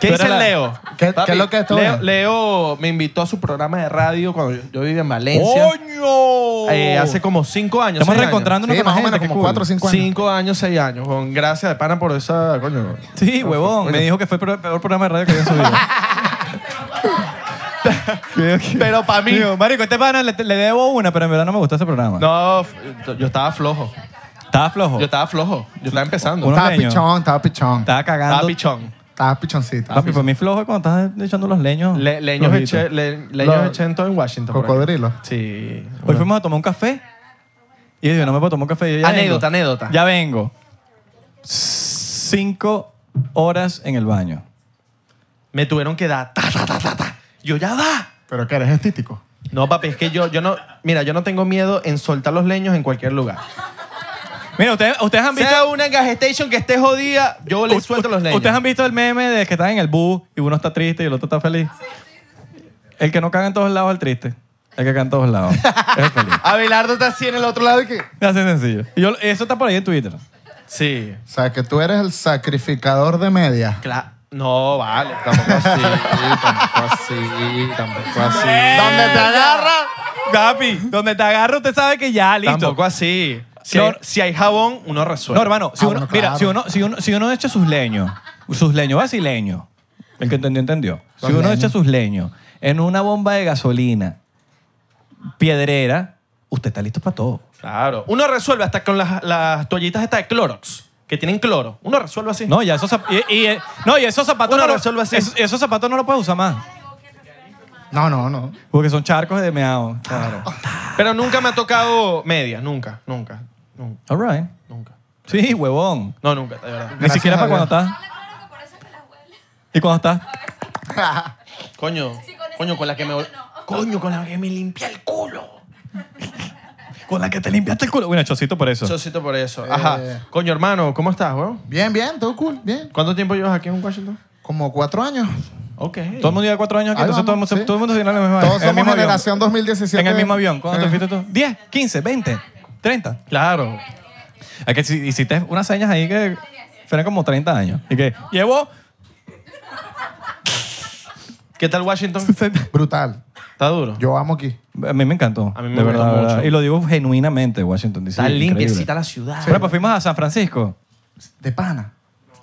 B: ¿Qué
A: Tú
B: dice
A: eras la-
B: Leo?
I: ¿Qué- qué es lo que es todo?
B: Leo, Leo me invitó a su programa de radio cuando yo, yo vivía en Valencia.
A: ¡Coño!
B: eh, hace como cinco años.
A: Estamos
B: seis años.
A: reencontrándonos
I: Sí,
A: con
I: más o
A: la gente,
I: menos
A: qué
I: como
A: cool.
I: cuatro o cinco años.
B: Cinco años, seis años. Con gracias de pana por esa, coño.
A: Sí, huevón. Me dijo que fue el peor, peor programa de radio que había subido.
B: Pero para mí.
A: Digo, marico, este pana le, le debo una, pero en verdad no me gustó ese programa.
B: No, f- yo estaba flojo.
A: Estaba flojo.
B: Yo estaba flojo. Yo estaba empezando.
A: Uno-
I: Estaba
A: leño.
I: pichón, estaba pichón.
A: Estaba cagando.
B: Estaba pichón.
I: Estaba pichoncito.
A: Papi, para mí flojo es cuando estás echando los leños.
B: Le- leños
A: flojitos.
B: eché- le- leños
I: Lo-
B: eché en todo en Washington. por aquí.
I: Cocodrilo.
B: Sí.
A: Hoy fuimos a tomar un café. Y yo digo, no me puedo tomar un café. yo ya
B: Anécdota,
A: vengo.
B: anécdota.
A: Ya vengo. Cinco horas en el baño.
B: Me tuvieron que dar. ta, ta, ta, ta, ta. Yo ya va.
I: Pero que eres estítico.
B: No, papi, es que yo, yo no. Mira, yo no tengo miedo en soltar los leños en cualquier lugar.
A: Mira, ustedes, ustedes han visto.
B: Sea una gas station que esté jodida, yo le
A: u-
B: suelto
A: u-
B: los leños.
A: Ustedes han visto el meme de que están en el bus y uno está triste y el otro está feliz. El que no caga en todos lados es el triste. El que caga en todos lados es el feliz.
B: Abelardo está así en el otro lado y que.
A: Así de sencillo. Y yo- eso está por ahí en Twitter.
I: Eh,
B: Sí.
I: O sea, que tú eres el sacrificador de medias.
B: Cla- no, vale. Tampoco así. tampoco así. Tampoco así.
I: Donde te agarra.
A: Papi, donde te agarro, usted sabe que ya, listo.
B: Tampoco así. Si,
A: No.
B: hay, si hay jabón, uno resuelve.
A: No, hermano, si
I: Ah,
A: uno,
I: bueno,
A: mira,
I: claro.
A: si uno, si uno, si uno echa sus leños, sus leños brasileños, el que entendió, entendió. Si
I: Los
A: uno
I: leños.
A: echa sus leños en una bomba de gasolina piedrera, usted está listo para todo.
B: Claro. Uno resuelve hasta con las, las toallitas estas de Clorox, que tienen cloro. Uno resuelve así.
A: No, ya esos, zap- y, y, eh, no, y esos zapatos
B: Uno
A: no lo-
B: resuelve así.
A: es- esos zapatos no los puedes usar más,
I: No, no, no.
A: porque son charcos de meado. Claro.
B: Pero nunca me ha tocado media. Nunca, nunca, nunca,
A: All right.
B: nunca.
A: Sí, huevón.
B: No, nunca, de verdad.
A: Ni
I: Gracias
A: siquiera
I: a
A: para cuando
I: Dios.
A: estás. ¿Y cuando estás?
B: Coño, coño, con la que me... Coño, con la que me limpia el culo.
A: Con la que te limpiaste el culo. Bueno, chocito por eso.
B: Socito por eso. Ajá. Coño, hermano, ¿cómo estás, weón?
I: Bien, bien, todo cool, bien.
B: ¿Cuánto tiempo llevas aquí en Washington?
I: Como cuatro años.
B: Ok.
A: Todo el mundo lleva cuatro años aquí,
I: Ahí
A: entonces todo el
I: vamos,
A: mundo,
I: sí.
A: todo el mundo se llena la misma
I: Todos
A: en el
I: somos
A: mismo avión.
I: generación 2017.
A: En el mismo avión. ¿Cuándo te
I: Eh,
A: fuiste tú? ¿10, 15, 20, 30?
B: Claro.
A: Es que si- hiciste unas señas ahí que fueron como 30 años. Y que llevo...
B: ¿Qué tal Washington?
I: Brutal.
B: ¿Está duro?
I: Yo amo aquí.
A: A mí me encantó.
B: A mí me
A: de
B: gustó
A: verdad,
B: mucho.
A: verdad. Y lo digo genuinamente, Washington DC.
B: Está
A: increíble.
B: limpiecita la ciudad.
A: Bueno, pues fuimos a San Francisco.
I: De pana.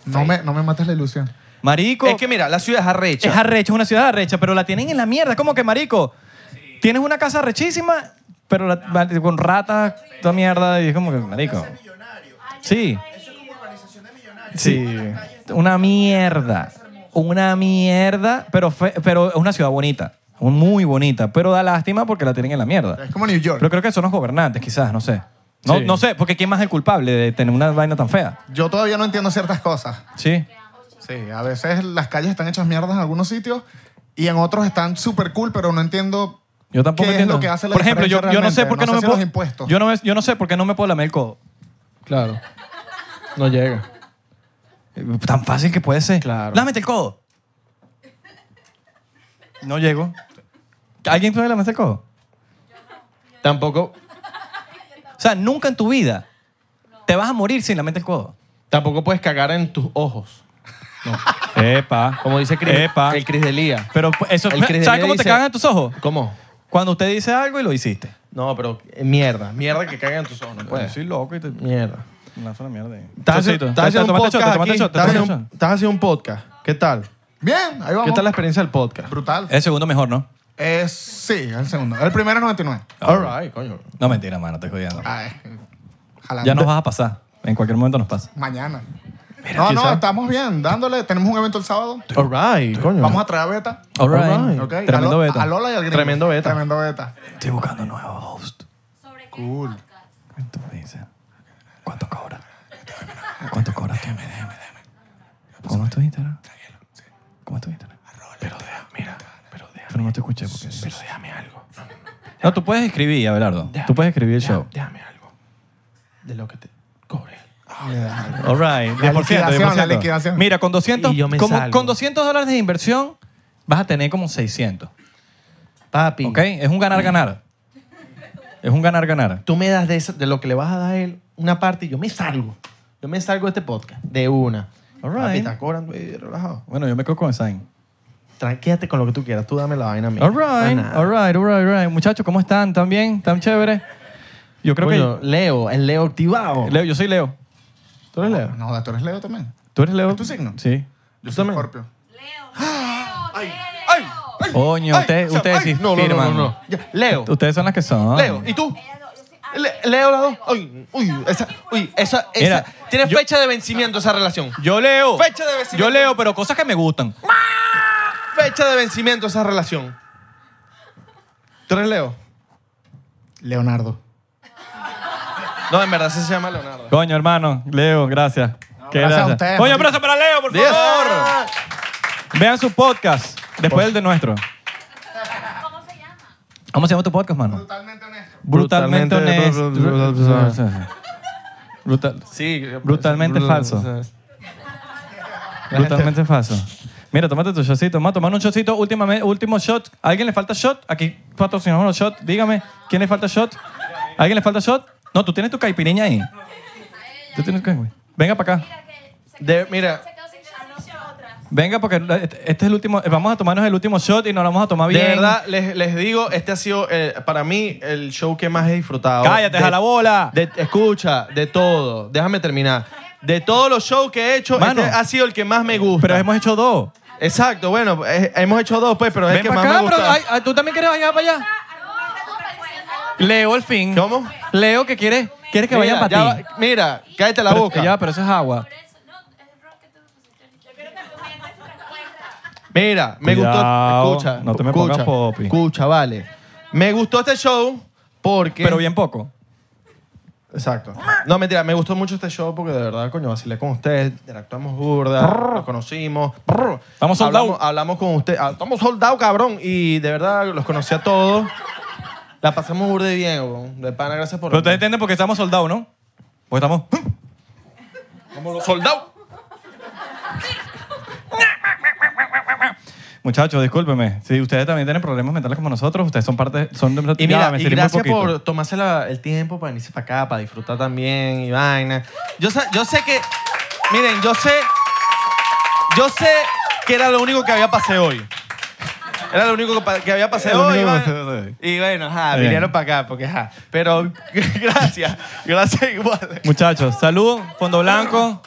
I: No me, no me mates la ilusión.
A: Marico...
B: Es que mira, la ciudad es arrecha.
A: Es arrecha, es una ciudad arrecha, pero la tienen en la mierda. Es como que, marico, tienes una casa arrechísima, pero la- vale, con ratas, toda mierda, y es como que, marico. Sí. Sí. Una mierda. Una mierda, pero, fe- pero es una ciudad bonita. Muy bonita, pero da lástima porque la tienen en la mierda.
I: Es como New York.
A: Pero creo que son los gobernantes, quizás, no sé. No,
B: Sí.
A: no sé, porque ¿quién más es el culpable de tener una vaina tan fea?
I: Yo todavía no entiendo ciertas cosas.
A: Sí.
I: Sí, a veces las calles están hechas mierdas en algunos sitios y en otros están súper cool, pero no entiendo
A: Yo tampoco
I: qué
A: entiendo.
I: es lo que hace la
A: por ejemplo, yo, yo no sé por qué no, me puedo.
I: los impuestos.
A: Yo no, me- yo no sé por qué no me puedo lamer el codo.
B: Claro. No llega.
A: Eh, Tan fácil que puede ser.
B: Claro.
A: Lámete el codo. No llego. ¿Alguien puede lamerse el codo?
B: Tampoco,
A: O sea, nunca en tu vida te vas a morir sin lamerte el codo.
B: tampoco puedes cagar en tus ojos.
A: Epa.
B: Como dice Chris,
A: Epa.
B: el Cris de Lía.
A: Pero pues, eso,
B: El Cris de
A: ¿sabes
B: Lía
A: cómo te
B: dice-
A: cagan en tus ojos?
B: ¿Cómo?
A: Cuando usted dice algo y lo hiciste.
B: No, pero eh, mierda. Mierda que cagan en tus ojos. No
I: Pues,
A: Bueno,
B: puedes.
A: soy loco y te
B: Mierda.
A: lanzo la mierda. ahí.
B: Estás haciendo
A: Chocito.
B: estás
A: Te-
B: haciendo
A: te
B: un
A: tomaste shot, te
B: podcast
A: tomaste
B: aquí.
A: shot, te
B: Estás
A: tomaste
B: haciendo un-
A: shot.
B: estás haciendo un podcast. ¿Qué tal?
I: Bien, ahí vamos.
B: ¿Qué tal la experiencia del podcast?
I: Brutal.
A: El segundo mejor, ¿no?
I: Es, sí, el segundo. El primero es 99.
B: All right, coño.
A: No, mentira, mano, estoy jodiendo.
I: Ay, ojalá.
A: Ya nos vas a pasar. En cualquier momento nos pasa.
I: Mañana. no, no,
B: quizá.
I: estamos bien, dándole. Tenemos un evento el sábado.
B: All right, coño.
I: Vamos a traer a Beta.
A: All right.
B: All right.
I: ok.
A: Tremendo
I: a Lo-
A: beta.
I: A Lola y al gringo.
B: Tremendo beta.
I: Tremendo beta.
A: Estoy buscando nuevo host.
F: ¿Sobre qué
I: Cool.
F: podcast?
A: ¿Cuánto me dice? ¿Cuánto cobra? ¿Cuánto cobra tú? ¿Cómo es tu Instagram? ¿Cómo es tu Instagram? Pero deja, mira, pero deja. Pero no te escuché porque. Pero déjame algo. No, tú puedes escribir, Abelardo. Tú puedes escribir el show.
B: Déjame algo de lo que te cobre.
A: All right.
I: La
A: 10%, 10%.
I: liquidación, la liquidación.
A: Mira, con 200,
B: Y yo me
A: como-
B: salgo.
A: con 200 dólares de inversión vas a tener como 600.
B: Papi,
A: ¿Ok? Es un ganar-ganar. Es un ganar-ganar.
B: tú me das de, eso- de lo que le vas a dar a él una parte y yo me salgo. Yo me salgo de este podcast de una.
A: All right.
B: Papi, está cobrando y relajado.
A: Bueno, yo me quedo con el sign.
B: Tra- Quédate con lo que tú quieras. Tú dame la vaina a mí.
A: All right,
B: Más nada.
A: all right, all right, all right. Muchachos, ¿cómo están? ¿Están bien? ¿Están chéveres? Yo creo
B: Coño, Leo, el Leo activado.
A: que... Leo, yo soy Leo.
B: ¿Tú eres Leo?
I: No, tú eres Leo también.
A: ¿Tú eres Leo?
I: ¿Es tu signo?
A: Sí.
I: Yo
B: ¿Tú
I: soy
B: también?
I: Scorpio.
F: Leo, Leo, Leo.
A: Coño, ustedes, ustedes sí
B: No, no, no,
A: firman.
B: no, no. Ya, Leo.
A: Ustedes son las que son.
B: Leo, ¿y tú? Le- Leo las dos. Uy, uy, esa, uy, esa,
A: Mira,
B: esa. Tiene
A: yo-
B: fecha de vencimiento esa relación.
A: Yo leo.
B: Fecha de vencimiento.
A: Yo leo, pero cosas que me gustan.
B: Fecha de vencimiento esa relación. ¿Tú eres Leo?
I: Leonardo.
B: No, en verdad sí se llama Leonardo.
A: Coño, hermano. Leo, gracias. Qué
I: gracias a ustedes,
A: Coño,
I: maldito.
A: abrazo para Leo, por favor. Vean su podcast después del de nuestro. ¿Cómo se llama tu podcast, mano?
I: Totalmente honesto.
A: Brutalmente
B: Brutalmente-
A: honesto.
B: bru- bru-
A: Brutal.
B: Sí, Mm.
A: Brutalmente
B: br-
A: falso. Brutalmente falso. Mira, tómate tu shotcito. Vamos a tomar un shotcito. Últimame- último shot. ¿A alguien le falta shot? Aquí patrocinamos los shots. Dígame, ¿quién le falta shot? ¿A alguien le falta shot? No, tú tienes tu caipirinha ahí. Tú tienes tu caipirinha. Venga para acá.
B: De- mira,
F: Se quedó sin nosotras.
A: Venga, porque este este es el último. eh, Vamos a tomarnos el último shot y nos lo vamos a tomar bien.
B: de verdad les, les digo, este ha sido eh, para mí el show que más he disfrutado.
A: Cállate,
B: De-
A: a la bola.
B: de- escucha, de todo. Déjame terminar. De todos los shows que he hecho,
A: Mano.
B: este ha sido el que más me gusta.
A: Pero hemos hecho dos.
B: Exacto, bueno, eh, hemos hecho dos, pues, pero es el
A: Ven
B: que
A: para
B: más
A: acá,
B: me
A: pero
B: gusta.
A: ay, ay, tú también quieres allá para allá. Leo, al fin.
B: ¿Cómo?
A: Leo, que quieres, quieres que vayan
B: Mira,
A: para
B: ya
A: ti.
B: va- Mira, cállate la
A: Pero-
B: boca.
A: Ya, pero eso es agua.
B: Mira, me
A: Cuidado,
B: gustó. Escucha.
A: no te me pongas
B: escucha,
A: popi.
B: Escucha, vale. Me gustó este show porque.
A: Pero bien poco.
B: Exacto. No, mentira, me gustó mucho este show porque de verdad, coño, vacilé con ustedes, interactuamos burda, nos conocimos. brr.
A: Estamos sold
B: hablamos,
A: out.
B: hablamos con ustedes. ah, Estamos soldados, cabrón. Y de verdad, los conocí a todos. La pasamos burda y bien, weón. De pana, gracias por.
A: Pero ustedes entienden porque estamos soldados, ¿no? Porque estamos.
B: Como los soldados.
A: Muchachos, discúlpeme. Si ustedes también tienen problemas mentales como nosotros, ustedes son parte. Son de
B: Y mira,
A: Ya, me
B: y
A: sirve un
B: gracias
A: poquito.
B: por tomarse la- el tiempo para venirse para acá, para disfrutar también y vaina. Yo, sa- yo sé que, miren, yo sé, yo sé que era lo único que había pasé hoé hoy. Era lo único que, pa- que había pasé
A: Era lo
B: hoy.
A: único que
B: vaina.
A: pasé hoy.
B: Y bueno, ajá,
A: Bien.
B: vinieron para acá, porque ajá. Pero gracias, gracias igual.
A: Muchachos, salud, fondo blanco.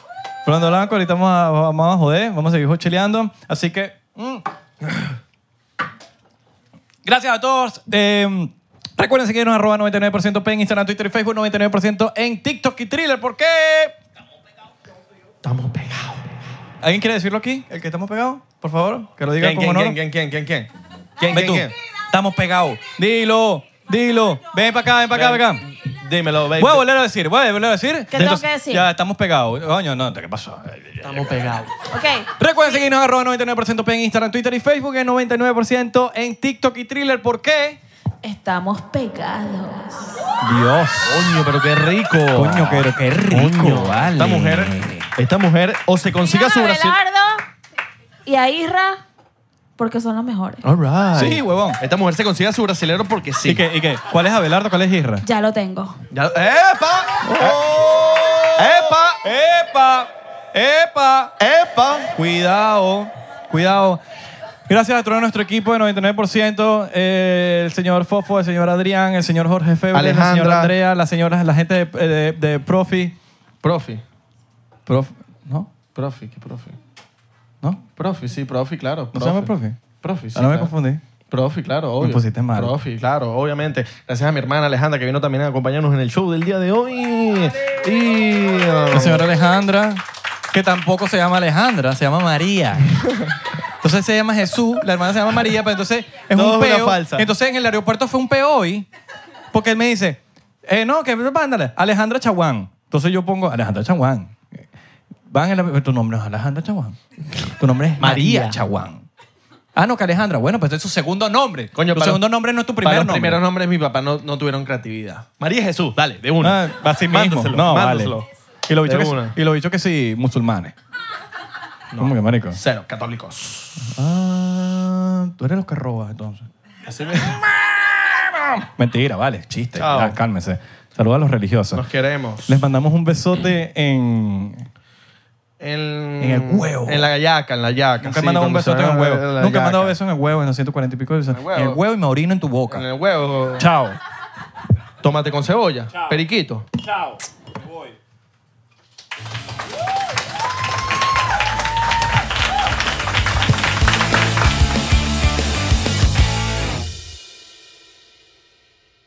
A: Fondo blanco, ahorita vamos a, vamos a joder, vamos a seguir chileando. Así que. mm. Gracias a todos. Eh, recuerden seguirnos arroba 99% P en Instagram, Twitter y Facebook, 99% en TikTok y Thriller. ¿Por qué?
B: Estamos pegados.
A: ¿Alguien quiere decirlo aquí? ¿El que estamos pegados? Por favor, que lo diga
B: ¿Quién,
A: con
B: quién,
A: honor.
B: quién, quién, quién, quién, quién?
A: Ven
B: ¿Quién, quién,
A: tú.
B: quién?
A: Estamos pegados. Dilo, dilo. Ven para acá, ven para acá, ven acá.
B: Dímelo, baby.
A: Voy a volver a decir, voy a volver a decir.
D: tengo
A: Entonces,
D: que decir?
A: Ya, estamos pegados. Coño, no, ¿qué pasó?
B: Estamos pegados.
D: Ok.
A: Recuerden seguirnos arroba 99% P en Instagram, Twitter y Facebook, en 99% en TikTok y Thriller. ¿Por qué?
D: Estamos pegados.
A: Dios.
B: Coño, pero qué rico.
A: Coño, pero qué rico, vale.
B: Esta mujer, esta mujer o se consiga su
D: Sigan a
B: Brasil.
D: Abelardo y a Isra porque son los mejores.
B: All right.
A: Sí, huevón.
B: Esta mujer se consiga su brasilero porque sí.
A: ¿Y, qué, ¿Y qué? ¿Cuál es Abelardo? ¿Cuál es Isra?
D: Ya lo tengo.
B: Ya- ¡Epa! ¡Epa!
A: ¡Oh! ¡Epa! ¡Epa!
B: ¡Epa!
A: Cuidado, cuidado. Gracias a todo nuestro equipo de 99%, eh, el señor Fofo, el señor Adrián, el señor Jorge Febre, el
B: Alejandra.
A: señor Andrea, la señora, la gente de, de- de Profi.
B: Profi.
A: Prof, ¿No?
B: Profi, ¿qué profi?
A: ¿No?
B: Profi, sí, profi, claro.
A: ¿No se llama profi?
B: Profi, sí.
A: Ah, no me
B: claro.
A: confundí.
B: Profi, claro, obvio.
A: pusiste mal.
B: Profi, claro, obviamente. Gracias a mi hermana Alejandra que vino también a acompañarnos en el show del día de hoy. Y,
A: La señora Alejandra, que tampoco se llama Alejandra, se llama María. Entonces se llama Jesús, la hermana se llama María, pero entonces es
B: Todo
A: un
B: es una
A: peo.
B: falsa.
A: Entonces en el aeropuerto fue un peo hoy, porque él me dice, eh, no, que mándale, Alejandra Chaguán. Entonces yo pongo Alejandra Chaguán. Van en la, tu nombre no es Alejandra Chaguán. Tu nombre es María,
B: María.
A: Chaguán. Ah, no, que Alejandra. Bueno, pues es su segundo nombre.
B: Coño,
A: tu
B: para-
A: segundo nombre no es tu primer
B: para los
A: nombre.
B: primeros nombres mi papá no, no tuvieron creatividad. María Jesús, dale, de una.
A: Ah, así mismo.
B: Mándaselo,
A: no,
B: mándaselo.
A: vale. Y lo bicho
B: De
A: que,
B: una.
A: y lo bicho que sí, musulmanes. ¿Cómo que, marico?
B: Cero, católicos.
A: Ah, tú eres los que robas, entonces.
B: Así mismo.
A: Mentira, vale, chiste.
B: Chao.
A: Ya, cálmese. Saluda a los religiosos.
B: Nos queremos.
A: Les mandamos un besote en...
B: En,
A: En el huevo.
B: En la gallaca, en la yaca.
A: Nunca
B: sí,
A: he mandado un
B: como se
A: besote en el
B: llama,
A: huevo. Nunca
B: la
A: he
B: yaca.
A: mandado beso en el huevo, en los 140 y pico. de- En
B: el huevo.
A: el huevo y me orino en tu boca.
B: En el huevo.
A: Chao.
B: Tómate con cebolla. Periquito.
G: Chao. Voy.